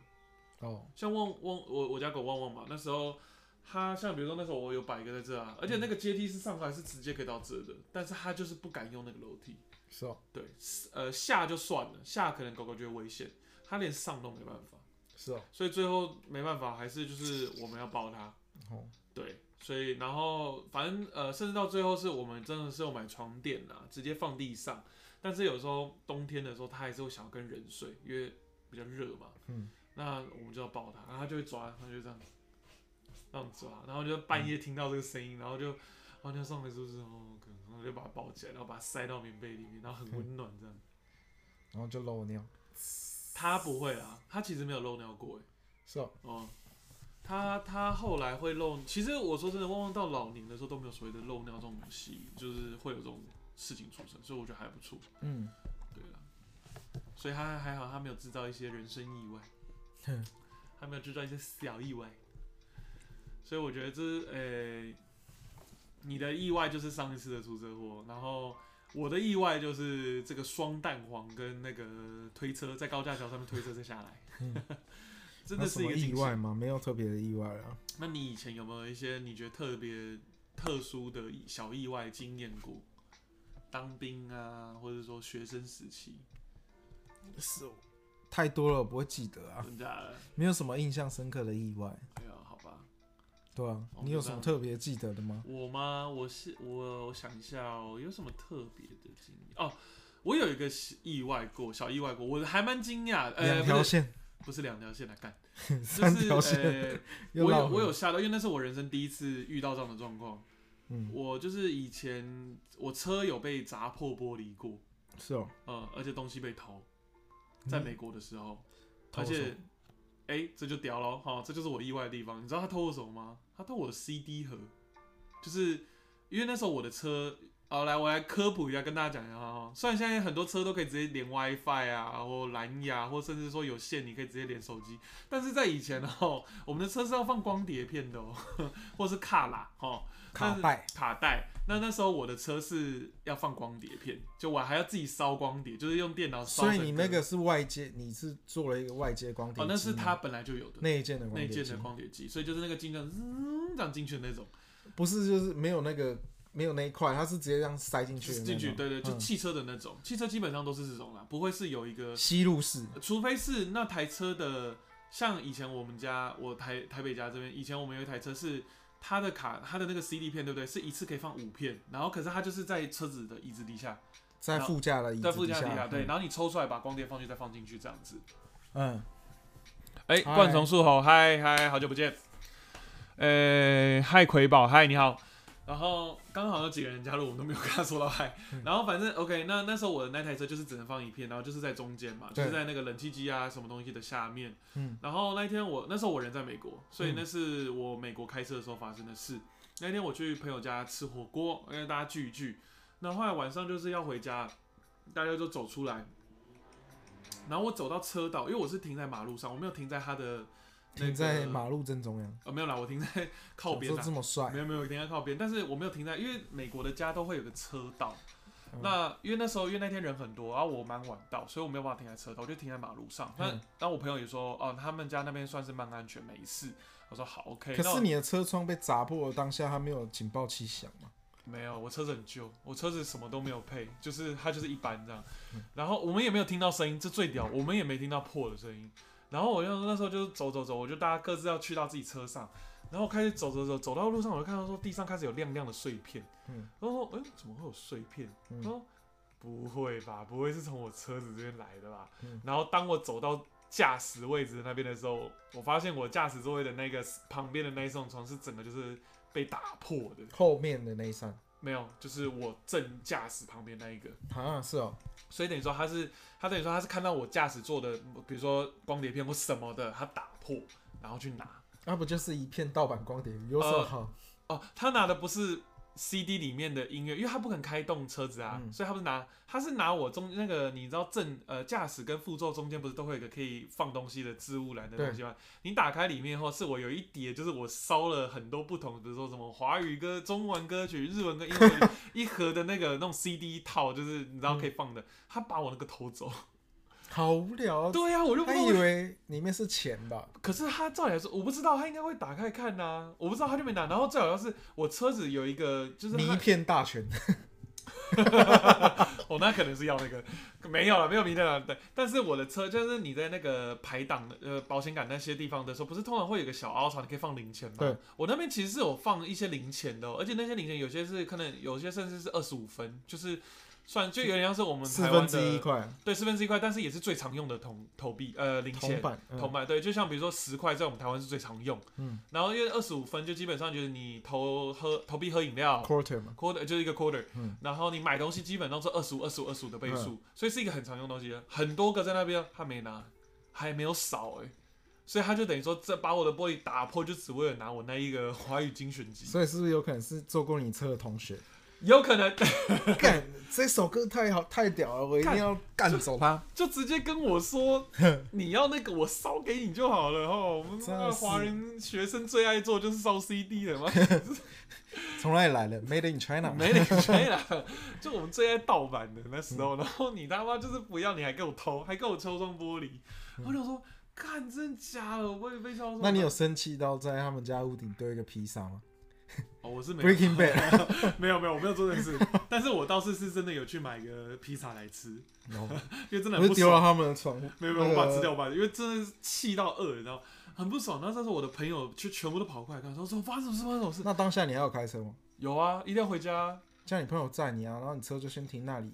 哦，
像旺旺，我我家狗旺旺嘛，那时候它像比如说那时候我有摆一个在这啊，而且那个阶梯是上来是直接可以到这的，但是它就是不敢用那个楼梯。
是哦，
对，呃，下就算了，下可能狗狗觉得危险，它连上都没办法，
是哦，
所以最后没办法，还是就是我们要抱它。
哦，
对，所以然后反正呃，甚至到最后是我们真的是有买床垫啦，直接放地上。但是有时候冬天的时候，它还是会想要跟人睡，因为比较热嘛。
嗯。
那我们就要抱它，然后它就会抓，它就这样，这样抓，然后就半夜听到这个声音，然后就，哦，你要上来是不是？哦，可能，然后就把它抱起来，然后把它塞到棉被里面，然后很温暖这样。
然后就漏尿，
它不会啊，它其实没有漏尿过哎。
是哦，
哦，他他后来会漏，其实我说真的，旺旺到老年的时候都没有所谓的漏尿这种东西，就是会有这种事情出生，所以我觉得还不错，
嗯，
对了，所以他还好，他没有制造一些人身意外，
哼
他没有制造一些小意外，所以我觉得这是呃，你的意外就是上一次的出车祸，然后。我的意外就是这个双蛋黄跟那个推车在高架桥上面推车再下来，真的
那什
是一
么
个
意
惊喜
外吗？没有特别的意外啊。
那你以前有没有一些你觉得特别特殊的小意外经验过？当兵啊，或者说学生时期，
是哦，太多了，我不会记得啊，
真假的？
没有什么印象深刻的意外。
哎呀，好吧。
对啊
哦，
你有什么特别记得的吗？
我吗？我是我，我想一下哦，有什么特别的经验？哦，我有一个小意外过，小意外过，我还蛮惊讶的。呃，
两
不
条
是，
线，
不是两条线来啊干，就
三
是
条线，
呃，
又
我
绕
有
回
我有吓到，因为那是我人生第一次遇到这样的状况。
嗯，
我就是以前我车有被砸破玻璃过，
是哦，
呃，而且东西被偷，在美国的时候，
嗯偷
而
什
且
么，
哎、这就屌了，哈、这就是我意外的地方。你知道他偷我什么吗？他偷我的 CD 盒，就是因为那时候我的车，好、来我来科普一下，跟大家讲一下哈。虽然现在很多车都可以直接连 WiFi 啊，或蓝牙，或甚至说有线，你可以直接连手机，但是在以前哦， 我们的车是要放光碟片的哦，或是卡拉哦，
卡带
卡带。那那时候我的车是要放光碟片，就我还要自己烧光碟，就是用电脑烧成
所
歌。
以你那个是外接，你是做了一个外接光碟
哦，那是
机吗
它本来就有的
内建的光
内
碟
建
机
的光碟机，所以就是那个镜像嗯这样进去的那种，
不是就是没有那个没有那一块，它是直接这样塞进去的那种
进去对对，就
嗯
汽车的那种，汽车基本上都是这种啦，不会是有一个
吸入式，
除非是那台车的，像以前我们家，我台台北家这边，以前我们有一台车是它的卡，它的那个 CD 片，对不对？是一次可以放五片，然后可是它就是在车子的椅子底下，
在副驾的椅
在
子
副
底
驾底
下，
下，对，然后你抽出来把光碟放进去，再放进去这样子。
嗯，
哎、
嗨
冠虫树吼，嗨嗨，好久不见。呃，嗨葵宝，嗨你好。然后刚好有几个人加入，我们都没有跟他说到嗨。
嗯
然后反正 OK，那那时候我的那台车就是只能放一片，然后就是在中间嘛，就
对
是在那个冷气机啊什么东西的下面。
嗯，
然后那一天我那时候我人在美国，所以
嗯
那是我美国开车的时候发生的事。那天我去朋友家吃火锅，跟大家聚一聚。那后来晚上就是要回家，大家就走出来。然后我走到车道，因为我是停在马路上，我没有停在他的、那个、
停在马路正中央，
呃没有啦，我停在靠边
说
啦
这。么帅
没，有没有，停在靠边，但是我没有停在，因为美国的家都会有个车道。
嗯
那因为那时候因为那天人很多，然后我蛮晚到，所以我没有办法停在车道，我就停在马路上。那
嗯
然后我朋友也说，哦，他们家那边算是蛮安全，没事。我说好，OK
可
那我
是你的车窗被砸破的当下，它没有警报器响嘛？
没有，我车子很旧，我车子什么都没有配，就是它就是一般这样。
嗯
然后我们也没有听到声音，这最屌，我们也没听到破的声音。然后我就那时候就走走走，我就大家各自要去到自己车上，然后我开始走走走，走到路上我就看到说地上开始有亮亮的碎片，
嗯
然后说，哎、怎么会有碎片？
嗯
他说不会吧，不会是从我车子这边来的吧？
嗯
然后当我走到驾驶位置那边的时候，我发现我驾驶座位的那个旁边的那一扇窗是整个就是被打破的，
后面的那一扇，
没有，就是我正驾驶旁边那一个，
啊，是哦，
所以等于说他是他等于说他是看到我驾驶座的，比如说光碟片或什么的，他打破然后去拿。
那啊不就是一片盗版光碟，有什么好？
哦，他拿的不是 CD 里面的音乐，因为他不肯开动车子啊，
嗯
所以他不是拿，他是拿我中那个你知道正呃驾驶跟副座中间不是都会有一个可以放东西的置物栏的
对
东西吗？你打开里面后，是我有一叠，就是我烧了很多不同，比如说什么华语歌、中文歌曲、日文跟英 文歌一盒的那个那种 CD 套，就是你知道可以
嗯
放的，他把我那个偷 走。
好无聊哦，
对呀、啊我就不
他
知道
以为里面是钱吧？
可是他照理来说，我不知道他应该会打开看呐、我不知道他就没拿。然后最好像是我车子有一个，就是他
迷骗大全，
哦，那可能是要那个没有了，没有迷恋了。对，但是我的车就是你在那个排档的呃保险杆那些地方的时候，不是通常会有个小凹槽，你可以放零钱吗？
对，
我那边其实是有放一些零钱的哦、而且那些零钱有些是可能有些甚至是二十五分，就是算就有点像是我们
四
台
分
湾
之一
的
块
对四分之一块，但是也是最常用的铜投币呃零
铜
钱。
板，嗯
铜板对，就像比如说十块，在我们台湾是最常用。
嗯
然后因为二十五分，就基本上就是你投喝投币喝饮料，
，quarter 嘛，
quarter 就是一个 quarter，、
嗯
然后你买东西基本上是二十五、二十五、二十五的倍数，所以是一个很常用的东西。啊很多个在那边他没拿，还没有少哎、所以他就等于说这把我的玻璃打破，就只为了拿我那一个华语精选集，
所以是不是有可能是坐过你车的同学？
有可能
干，这首歌太好太屌了，我一定要干走他！
就直接跟我说你要那个我烧给你就好了哦。我们
真
那
的
个
是
华人学生最爱做就是烧 CD 的嘛，
从哪里来的？Made in China。
没理谁啦，就我们最爱盗版的那时候，然后你他妈就是不要，你还给我偷，还给我抽撞玻璃，我想说，看真假的，我也被笑说。
嗯那你有？生气到在他们家屋顶丢一个披萨吗
哦，我是没有，
？Breaking Bad
没有没有，我没有做这件事，但是我倒是是真的有去买个披萨来吃，
no，
因为真的
不
很
是
不
丢到
爽。
他们的床，
没有没有，我把它吃掉
那个。
我把，因为真的是气到饿，你知道吗，很不爽。然后那时候我的朋友就全部都跑过来看，说说发生什么事，发生什么事？
那当下你还有开车吗？
有啊，一定要回家啊、
叫你朋友载你啊，然后你车就先停那里，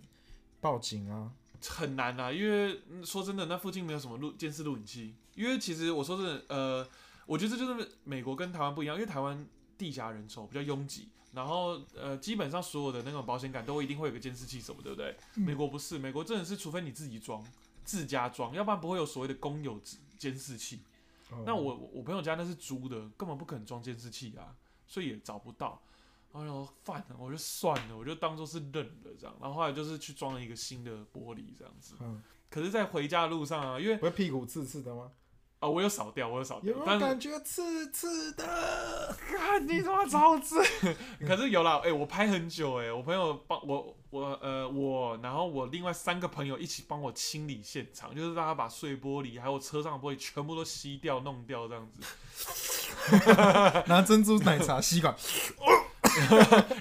报警啊。
很难啊，因为嗯说真的，那附近没有什么录监视录影机。因为其实我说真的，呃，我觉得这就是美国跟台湾不一样，因为台湾地狭人稠，比较拥挤，然后呃，基本上所有的那种保险杆都一定会有个监视器什么，对不对？美国不是，美国真的是除非你自己装、自家装，要不然不会有所谓的公有制监视器。
哦
哦
那我我朋友家那是租的，根本不可能装监视器啊，所以也找不到。然后我犯了，我就算了，我就当做是认了这样。然后后来就是去装了一个新的玻璃这样子。
嗯，
可是，在回家的路上啊，因为
不会屁股刺刺的吗？
啊，我有扫掉，我有扫掉
啊
有没，有
但 是
感觉刺刺的？
看你他妈超字， 可是有啦，哎、我拍很久哎、我朋友帮我我呃我，然后我另外三个朋友一起帮我清理现场，就是让他把碎玻璃还有车上的玻璃全部都吸掉弄掉这样子，
拿珍珠奶茶吸管，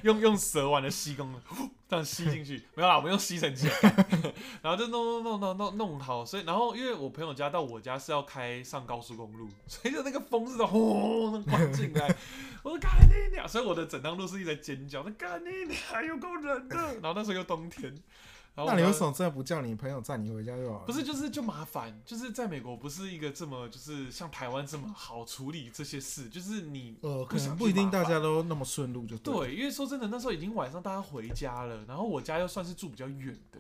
用 用蛇丸的吸功能，这样吸进去，没有啦，我们用吸尘器，啊 然后就弄弄弄弄弄弄好，所以然后因为我朋友家到我家是要开上高速公路，所以就那个风是轰能灌进来，我说干你娘！所以我的整趟路是一直在尖叫，那干你娘，有够冷的。然后那时候又冬天，然后
那你
有
为什么真的不叫你朋友载你回家就好了？
不是，就是就麻烦，就是在美国不是一个这么就是像台湾这么好处理这些事，就是你
呃，可
不想
能
去
不一定
麻
大
烦
家都那么顺路就对了。
对，因为说真的，那时候已经晚上，大家回家了，然后我家又算是住比较远的，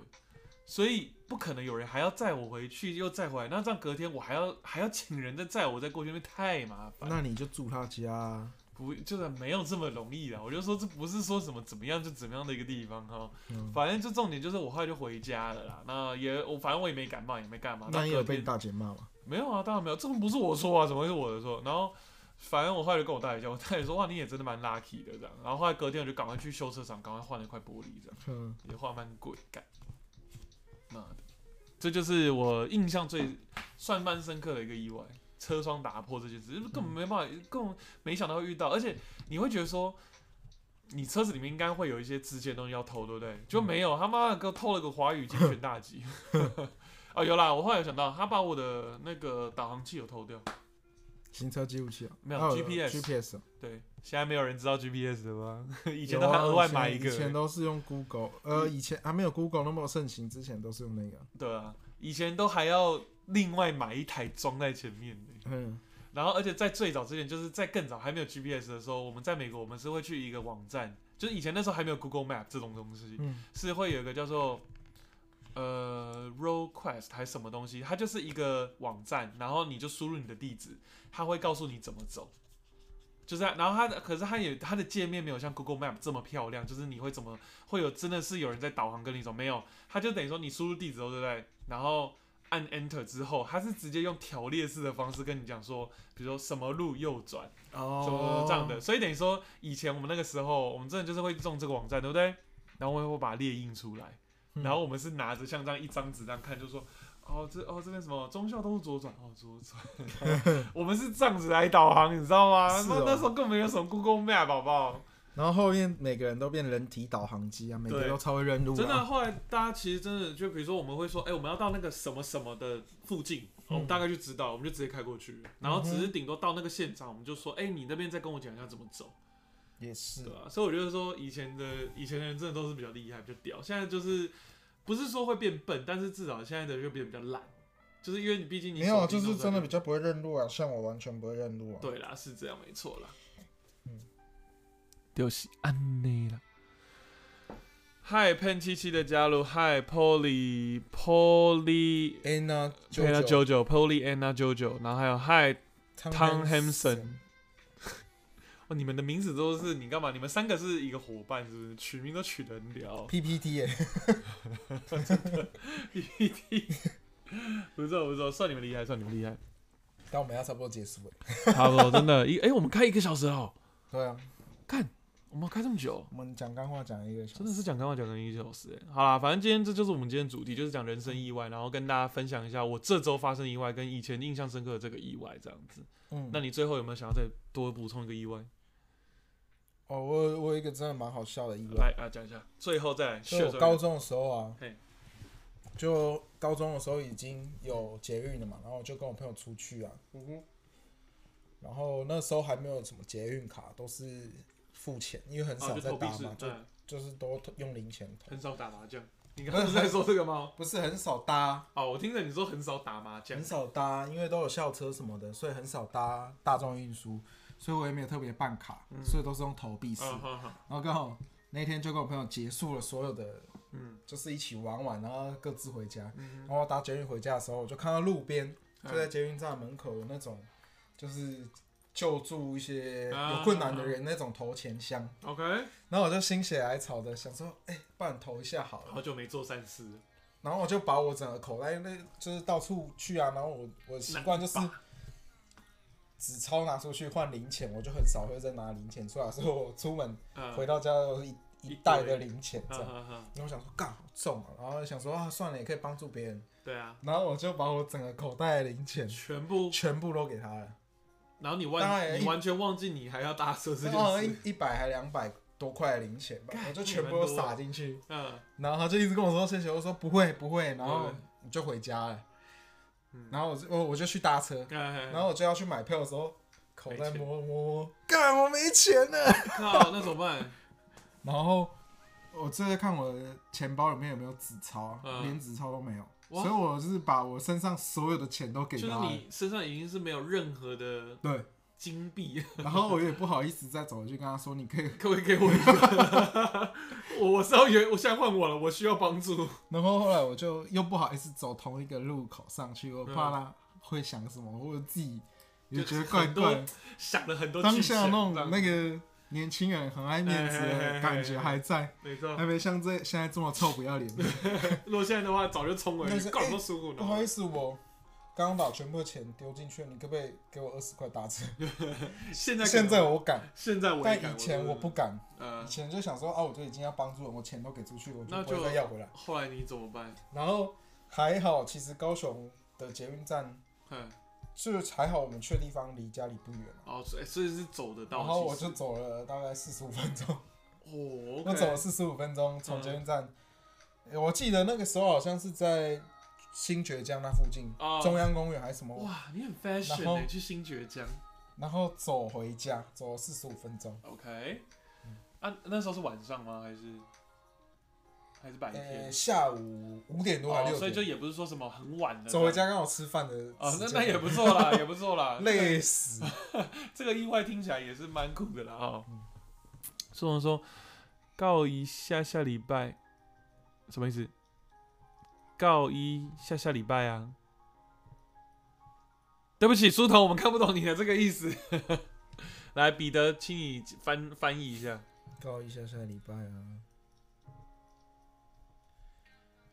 所以不可能有人还要载我回去，又载回来，那这样隔天我还要还要请人再载我再过去，那边太麻烦。
那你就住他家啊，
不就是没有这么容易啦。我就说这不是说什么怎么样就怎么样的一个地方哈，
嗯
反正就重点就是我后来就回家了啦。那也我反正我也没感冒，也没干嘛。
那也
隔
有被
天
大姐骂嘛？
没有啊，当然没有，这个不是我说啊，怎么会是我的错？然后反正我后来就跟我大姐讲，我大姐说哇，你也真的蛮 lucky 的这样。然后后来隔天我就赶快去修车厂，赶快换了一块玻璃这样，
嗯，
也换蛮贵，干妈的，这就是我印象最算蛮深刻的一个意外，车窗打破这件事，根
嗯
本没办法，根本没想到会遇到，而且你会觉得说。你车子里面应该会有一些自件东西要偷，对不对？
嗯
就没有，他妈的给我偷了个华语精选大集。 哦，有啦，我后来有想到，他把我的那个导航器有偷掉。
行车记录器啊，
没有
还
GPS
GPS，
对，现在没有人知道 GPS 的吗？ 以
以
前都还额外买一
啊以
个、嗯
前都是用 Google，呃，以前还没有 Google 那么盛行之前都是用那个，
对啊，以前都还要另外买一台装在前面的。
嗯，
然后，而且在最早之前，就是在更早还没有 GPS 的时候，我们在美国，我们是会去一个网站，就是以前那时候还没有 Google Map 这种东西，
嗯
是会有一个叫做呃 Road Quest 还是什么东西，它就是一个网站，然后你就输入你的地址，它会告诉你怎么走。就是它，然后它的，可是它也它的界面没有像 Google Map 这么漂亮，就是你会怎么会有真的是有人在导航跟你走，没有，它就等于说你输入地址后，对不对？然后按 Enter 之后，它是直接用条列式的方式跟你讲说，比如说什么路右转，
哦
什么这样的，，所以等于说以前我们那个时候，我们真的就是会用这个网站，对不对？然后我们会把它列印出来，
嗯
然后我们是拿着像这样一张纸这样看，就说。哦，这哦这边什么忠孝东路左转，哦左转， 我们是这样子来导航，你知道吗？
是
那
哦
那时候根本没有什么 Google Map，好不好？
然后后面每个人都变人体导航机啊，每个
对
都超会认路啊，
真的啊，后来大家其实真的就比如说我们会说，哎、我们要到那个什么什么的附近，我们大概就知道，我们就直接开过去了，然后只是顶多到那个现场，我们就说，哎、你那边再跟我讲一下怎么走，
也是
对啊吧、所以我觉得说以前的以前的人真的都是比较厉害，比较屌，现在就是不是说会变笨，但是至少现在的人就变得比较懒，就是因为你毕竟你
没
啊
有，啊
手机
就
弄
是
在
真的
那
比
边
较不会认路啊，像我完全不会认路啊。
对啦，是这样没错啦。
嗯
就是安内啦。嗨，Pen 七七的加入，嗨，Polly，Polly。
a n n
佩娜九九，Polly Anna 九九，然后还有 Hi，Tom Hanson 哦，你们的名字都是你干嘛？你们三个是一个伙伴，是不是？取名都取得很屌
PPT 耶，
，PPT，不 错不错，算你们厉害，算你们厉害。
但我们要差不多结束了。
差不多，真的，一哎、我们开一个小时了哦，
对啊，
我们开这么久，
我们讲干话讲了一个小时，
真的是讲干话讲了一个小时哎。好啦，反正今天这就是我们今天主题，就是讲人生意外，然后跟大家分享一下我这周发生意外跟以前印象深刻的这个意外这样子。
嗯，
那你最后有没有想要再多补充一个意外？
哦，我有我有一个真的蛮好笑的意外，
来啊，讲一下，最后再来。
就我嗯高中的时候啊
嘿，
就高中的时候已经有捷运了嘛，然后我就跟我朋友出去啊，
嗯
然后那时候还没有什么捷运卡，都是付钱，因为很
啊，
少
就
在
投币
打
式
嘛，，就
对，
就是都用零钱投，
很少打麻将。你刚刚不是在说这个吗？
不是很少搭，
哦，我听着你说很少打麻将
很，少搭，因为都有校车什么的，所以很少搭大众运输，所以我也没有特别办卡，
嗯
所以都是用投币式。
嗯哼哼，
然后刚好那天就跟我朋友结束了所有的，
嗯
就是一起玩玩，然后各自回家。
嗯
然后我搭捷运回家的时候，我就看到路边
嗯
就在捷运站门口有那种，就是救助一些
啊
有困难的人那种投钱箱。
，OK，
然后我就心血来潮的想说，哎、不然投一下好了。
好久没做善事了，
然后我就把我整个口袋那就是到处去啊，然后我我习惯就是
拿一把
纸钞拿出去换零钱，我就很少会再拿零钱出来，所以我出门
嗯
回到家都是一
一
一袋
堆
的零钱这
嗯
样。
嗯嗯
然后我想说，干好重啊！然后想说啊，算了，也可以帮助别人。
对啊，
然后我就把我整个口袋的零钱
全部，
全部都给他了，
然后你
当
忘
然
你完全忘记你还要搭车这
然后好像
件事，
哦一一百还两百多块的零钱吧，
干
我就全部都撒进去。
嗯
然后他就一直跟我说谢谢，我说不会不会，然后
对
你就回家了。
哦嗯，
然后我就我我就去搭车，
然
然后我就要去买票的时候，口
没
袋
钱
摸摸摸，干我没钱 了。
靠，那怎么办？
然后我这次看我的钱包里面有没有纸钞啊，
嗯
连纸钞都没有，
哇
所以我就是把我身上所有的钱都给
就是
他了。
你身上已经是没有任何的
对，
金币，
然后我也不好意思再走回去跟他说，你 可以。
可不可以给我一个？ 我我稍微，我现在换我了，我需要帮助。
然后后来我就又不好意思走同一个路口上去，我怕
嗯
他会想什么，我自己
就
也觉得
很
怪
多
怪。
想了很多
当
剧
下那
情
种
这样
那个年轻人很爱面子
哎哎哎哎
的感觉还在，
没错，
还没像这现在这么臭不要脸。
如果现在的话，早就冲了，
但
你
哎是
搞
哎
都输入
不好
了
意。思，我刚刚把全部的钱丢进去，你可不可以给我二十块打折？
现在可
现
能
在我敢，
现在我也
但
敢
以前我不敢。以
呃，
前就想说啊，我就已经要帮助人，我钱都给出去，我就
那
不会
就
再要回来。
后来你怎么办？
然后还好，其实高雄的捷运站
嗯，
就是还好，我们去的地方离家里不远嘛。
哦，所以所以是走得到。
然后我
其
就
实
走了大概四十五分钟，
哦，
我走了四十五分钟，从捷运站，我记得那个时候好像是在新爵江那附近，
啊
中央公园还是什么，
哇，你很 fashion
然后
欸去新爵江。
然后走回家，走了四十五分钟。
OK，啊，
嗯
那时候是晚上吗？还是还是白
呃，
天？
下午五点多还
哦，
六
所以就
点，
也不是说什么很晚的。
走回家刚好吃饭的时间
哦，那那也不错啦，也不错啦。
累死。
这个意外听起来也是蛮酷的啦哦。苏荣说告一下下礼拜，什么意思？告一下下礼拜啊。对不起，苏童，我们看不懂你的这个意思。 来，彼得，请你翻翻译一下。
告一下下礼拜啊，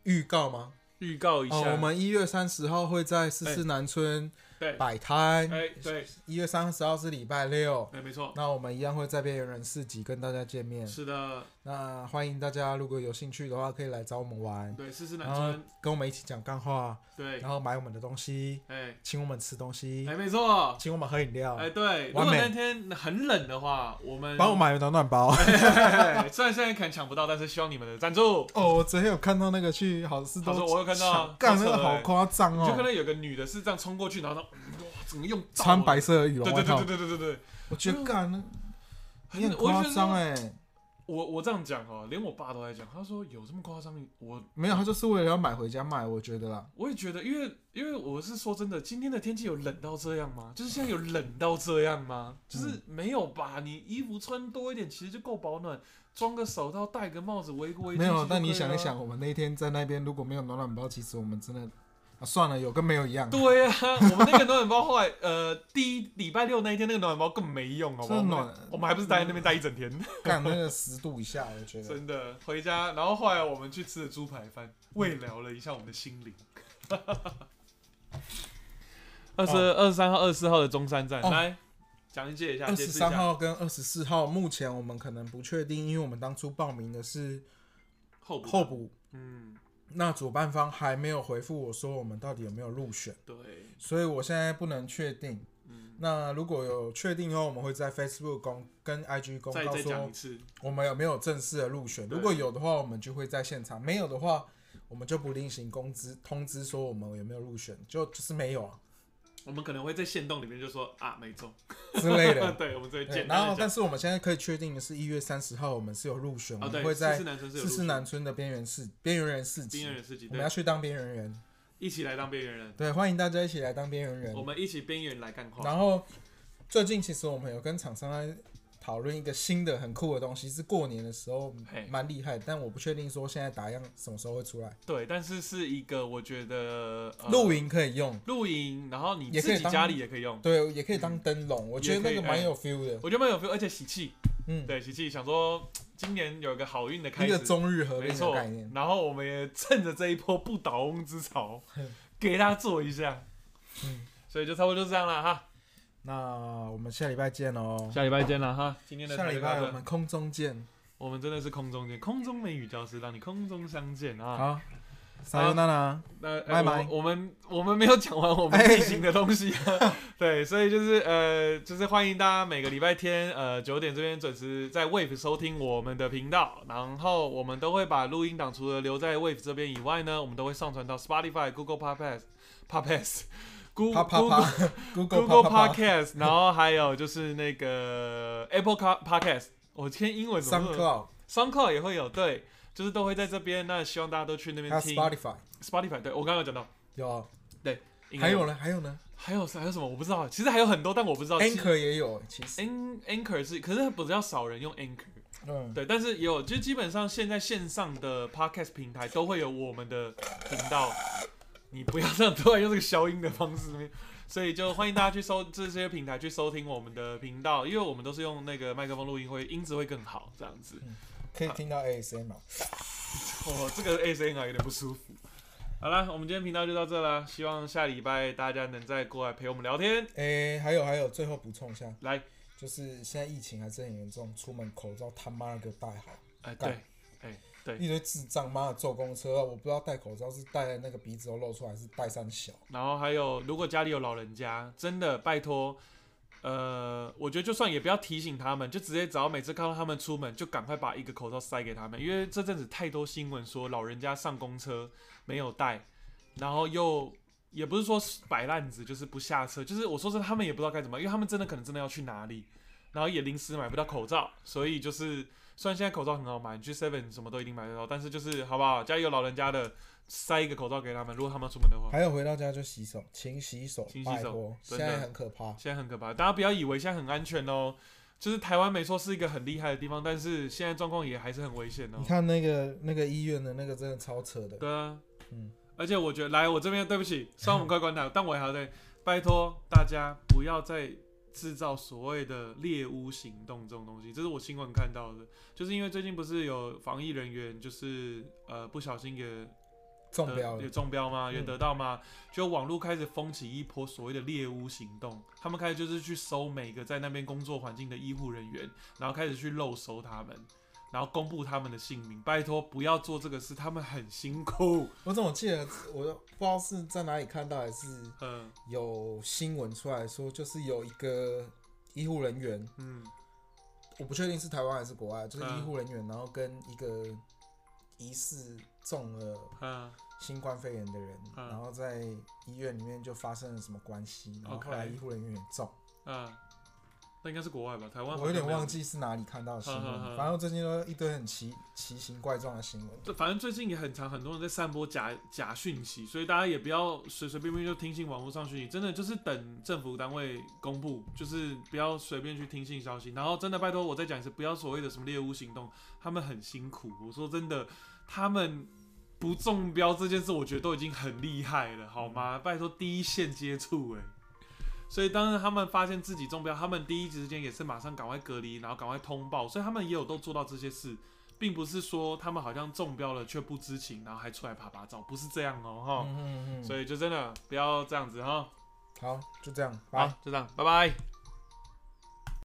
预告吗？
预告一下，
哦，我们一月三十号会在四四南村
对，
摆摊，
哎，对，
一月三十号是礼拜六。
哎，没错，
那我们一样会在边缘人市集跟大家见面，
是的，
那欢迎大家如果有兴趣的话，可以来找我们玩，
对，四四南
然后
村，
跟我们一起讲干话，
对
然，后买我们的东西，
哎，
请我们吃东西
哎，，没错，
请我们喝饮料，
哎，对，如
完
果
美
那天很冷的话，我们
帮我买暖暖包。
哎 虽然现在可能抢不到，但是希望你们的赞助。
哦，我昨天有看到那个去好事
他
多
说，我有看到啊，
干
超
那
扯
个
的
好
欸
夸张
你就看
哦，
到有个女的是这样冲过去，然后她嗯哇，整个用到
穿
了
白色的羽
对
绒
对
外
对
套，
对对对对，
我觉得干那你很
我就觉
夸
得
张哎，
我我这样讲哦，连我爸都在讲，他说有这么夸张？我
没有，他就是为了要买回家卖，我觉得啦。
我也觉得，因为因为我是说真的，今天的天气有冷到这样吗？就是现在有冷到这样吗？就是没有吧？你衣服穿多一点，其实就够保暖，装个手套，戴个帽子，围个围巾
没有，
就
但
可
你
以
想一
了，啊
想，我们那天在那边如果没有暖暖包，其实我们真的啊算了，有跟没有一样。
对呀、我们那个暖暖包后来，呃，第一礼拜六那一天那个暖暖包更没用，好不好？
真的暖嗯
我们还不是待在那边待一整天，
干那个十度以下，我觉得
真的。回家，然后后来我们去吃了猪排饭，慰劳了一下我们的心 灵。二十二十三号、二十四号的中山站，
哦
来讲解一下，
二
解
十
释一
三
下
号跟二十四号，目前我们可能不确定，因为我们当初报名的是
后补
候，补，
嗯，
那主办方还没有回复我说我们到底有没有入选，
对，
所以我现在不能确定。
嗯，
那如果有确定的话，我们会在 Facebook 公跟 IG 公
再
告
再讲
说
一次，
我们有没有正式的入选。
对
如果有的话，我们就会在现场；没有的话，我们就不另行公知通知说我们有没有入选，就就是没有啊
我们可能会在线洞里面就说啊没中，
之类 的。
对，我们再
对，
简
然
单
后
的，讲
但。是我们现在可以确定的是，一月三十号我们是有入选，
啊
我
对
们，会
四
在
四男生是有
四四
入选
南村的边缘市边缘人市
边
集
缘，人事情，
我们要
对，
去当边缘人。
一起来当边缘人，
对，欢迎大家一起来当边缘
我
人。
们一起边缘来干话。
然后最近其实我们有跟厂商在讨论一个新的很酷的东西，是过年的时候
嘿
蛮厉害的，但我不确定说现在打样什么时候会出来。
对，但是是一个我觉得、呃、
露营可以用，
露营，然后你
也可
自
以
己
当
家里也可以用，
对，也可以当灯笼，我觉得那
嗯也
个
可以
蛮有 feel 的。
我觉得蛮有 feel，而且喜气。
嗯，
对，喜气，想说今年有一个好运的开
一个
始，
中日合
没
并
错
的概念。。
然后我们也趁着这一波不 倒翁之潮，给他做一下。
嗯
所以就差不多就这样了哈。
那我们下礼拜见
哦
喽，
下礼拜见了哈，今天的
下礼
台北
拜
到这
我们空中见。
我们真的是空中见，空中美语教室让你空中相见啊！
好，撒由那拉，
那呃
拜拜
我我们我们没有讲完我们
哎
例行的东西啊， 对，所以就是呃，就是欢迎大家每个礼拜天呃九点这边准时在 Wave 收听我们的频道，然后我们都会把录音档除了留在 Wave 这边以外呢，我们都会上传到 Spotify、Google Podcast、Podcast、
啪
Google
啪
Google
啪 ，Google
Google
啪啪
Podcast，然后还有就是那个 Apple Car- Podcast，我今天英文怎么那么
SoundCloud
SoundCloud 也会有，对，就是都会在这边。那希望大家都去那
还有
边听
Spotify，
Spotify。对我刚刚有讲到，
啊
有，
应该
还有呢，还有呢
还有还有什么我不知道，哦其实还哎有很多，但我不知道。
，Anchor 也有，其实，
An Anchor 是，可是比较少人用 Anchor，
嗯，
对，但是也有，就基本上现在线上的 Podcast 平台都会有我们的频道。你不要这样突然用这个消音的方式，所以就欢迎大家去收这些平台去收听我们的频道，因为我们都是用那个麦克风录音会，音质会更好，这样子。
嗯
可以听到 ASMR。
哦，这个 ASMR 有点不舒服。好啦，我们今天频道就到这啦，希望下礼拜大家能再过来陪我们聊天。
诶、还有还有，最后补充一下，
来，
就是现在疫情还是很严重，出门口罩他妈的给我戴好，
哎，对
干，
对
一堆智障妈的坐公车，我不知道戴口罩是戴在那个鼻子都露出来，还是戴上小。
然后还有，如果家里有老人家，真的拜托，呃，我觉得就算也不要提醒他们，就直接只要每次看到他们出门，就赶快把一个口罩塞给他们，因为这阵子太多新闻说老人家上公车没有带，然后又也不是说摆烂子，就是不下车，就是我说真的，他们也不知道该怎么办，因为他们真的可能真的要去哪里，然后也临时买不到口罩，所以就是虽然现在口罩很好买，你去 Seven 什么都一定买得到，但是就是好不好，家里有老人家的。塞一个口罩给他们，如果他们要出门的话。
还有回到家就洗手，勤洗手，
勤洗
拜
手
托，
真
现
的哦
在很可怕。
现在很可怕，大家不要以为现在很安全哦。就是台湾没错是一个很厉害的地方，但是现在状况也还是很危险哦
你。看那个那个医院的那个真的超扯的，
对啊，
嗯
而且我觉得，来我这 边对不起，虽然我们快关台，但我还要再拜托大家不要再制造所谓的猎巫行动这种东西，这是我新闻看到的，就是因为最近不是有防疫人员就是呃不小心也
中
得
标
也
了。
中标吗？也
嗯
得到吗？就网络开始风起一波所谓的猎巫行动，他们开始就是去搜每个在那边工作环境的医护人员，然后开始去漏搜他们，然后公布他们的姓名。拜托不要做这个事，他们很辛苦。
我怎么记得，我都不知道是在哪里看到，还是
嗯
有新闻出来说，就是有一个医护人员，
嗯
我不确定是台湾还是国外，就是
嗯
医护人员，然后跟一个疑似中了
嗯
新冠肺炎的人，
嗯
然后在医院里面就发生了什么关系，然后
OK
后来医护人员也中，
嗯，那应该是国外吧？台湾
我有点忘
记。
记是哪里看到的新
嗯嗯嗯
闻，反正最近都一堆很奇奇形怪状的新闻。
对，反正最近也很常，很多人在散播假假讯息，所以大家也不要随随便便就听信网络上讯息，真的就是等政府单位公布，就是不要随便去听信消息。然后真的拜托我再讲一次，不要所谓的什么猎巫行动，他们很辛苦。我说真的，他们不中标这件事，我觉得都已经很厉害了，好吗？拜托第一线接触、欸，所以当他们发现自己中标，他们第一时间也是马上赶快隔离，然后赶快通报，所以他们也有都做到这些事，并不是说他们好像中标了却不知情，然后还出来啪啪照，不是这样哦、哈。
嗯嗯嗯，
所以就真的不要这样子哈。
好，就这样，拜
好。，就这样，拜拜。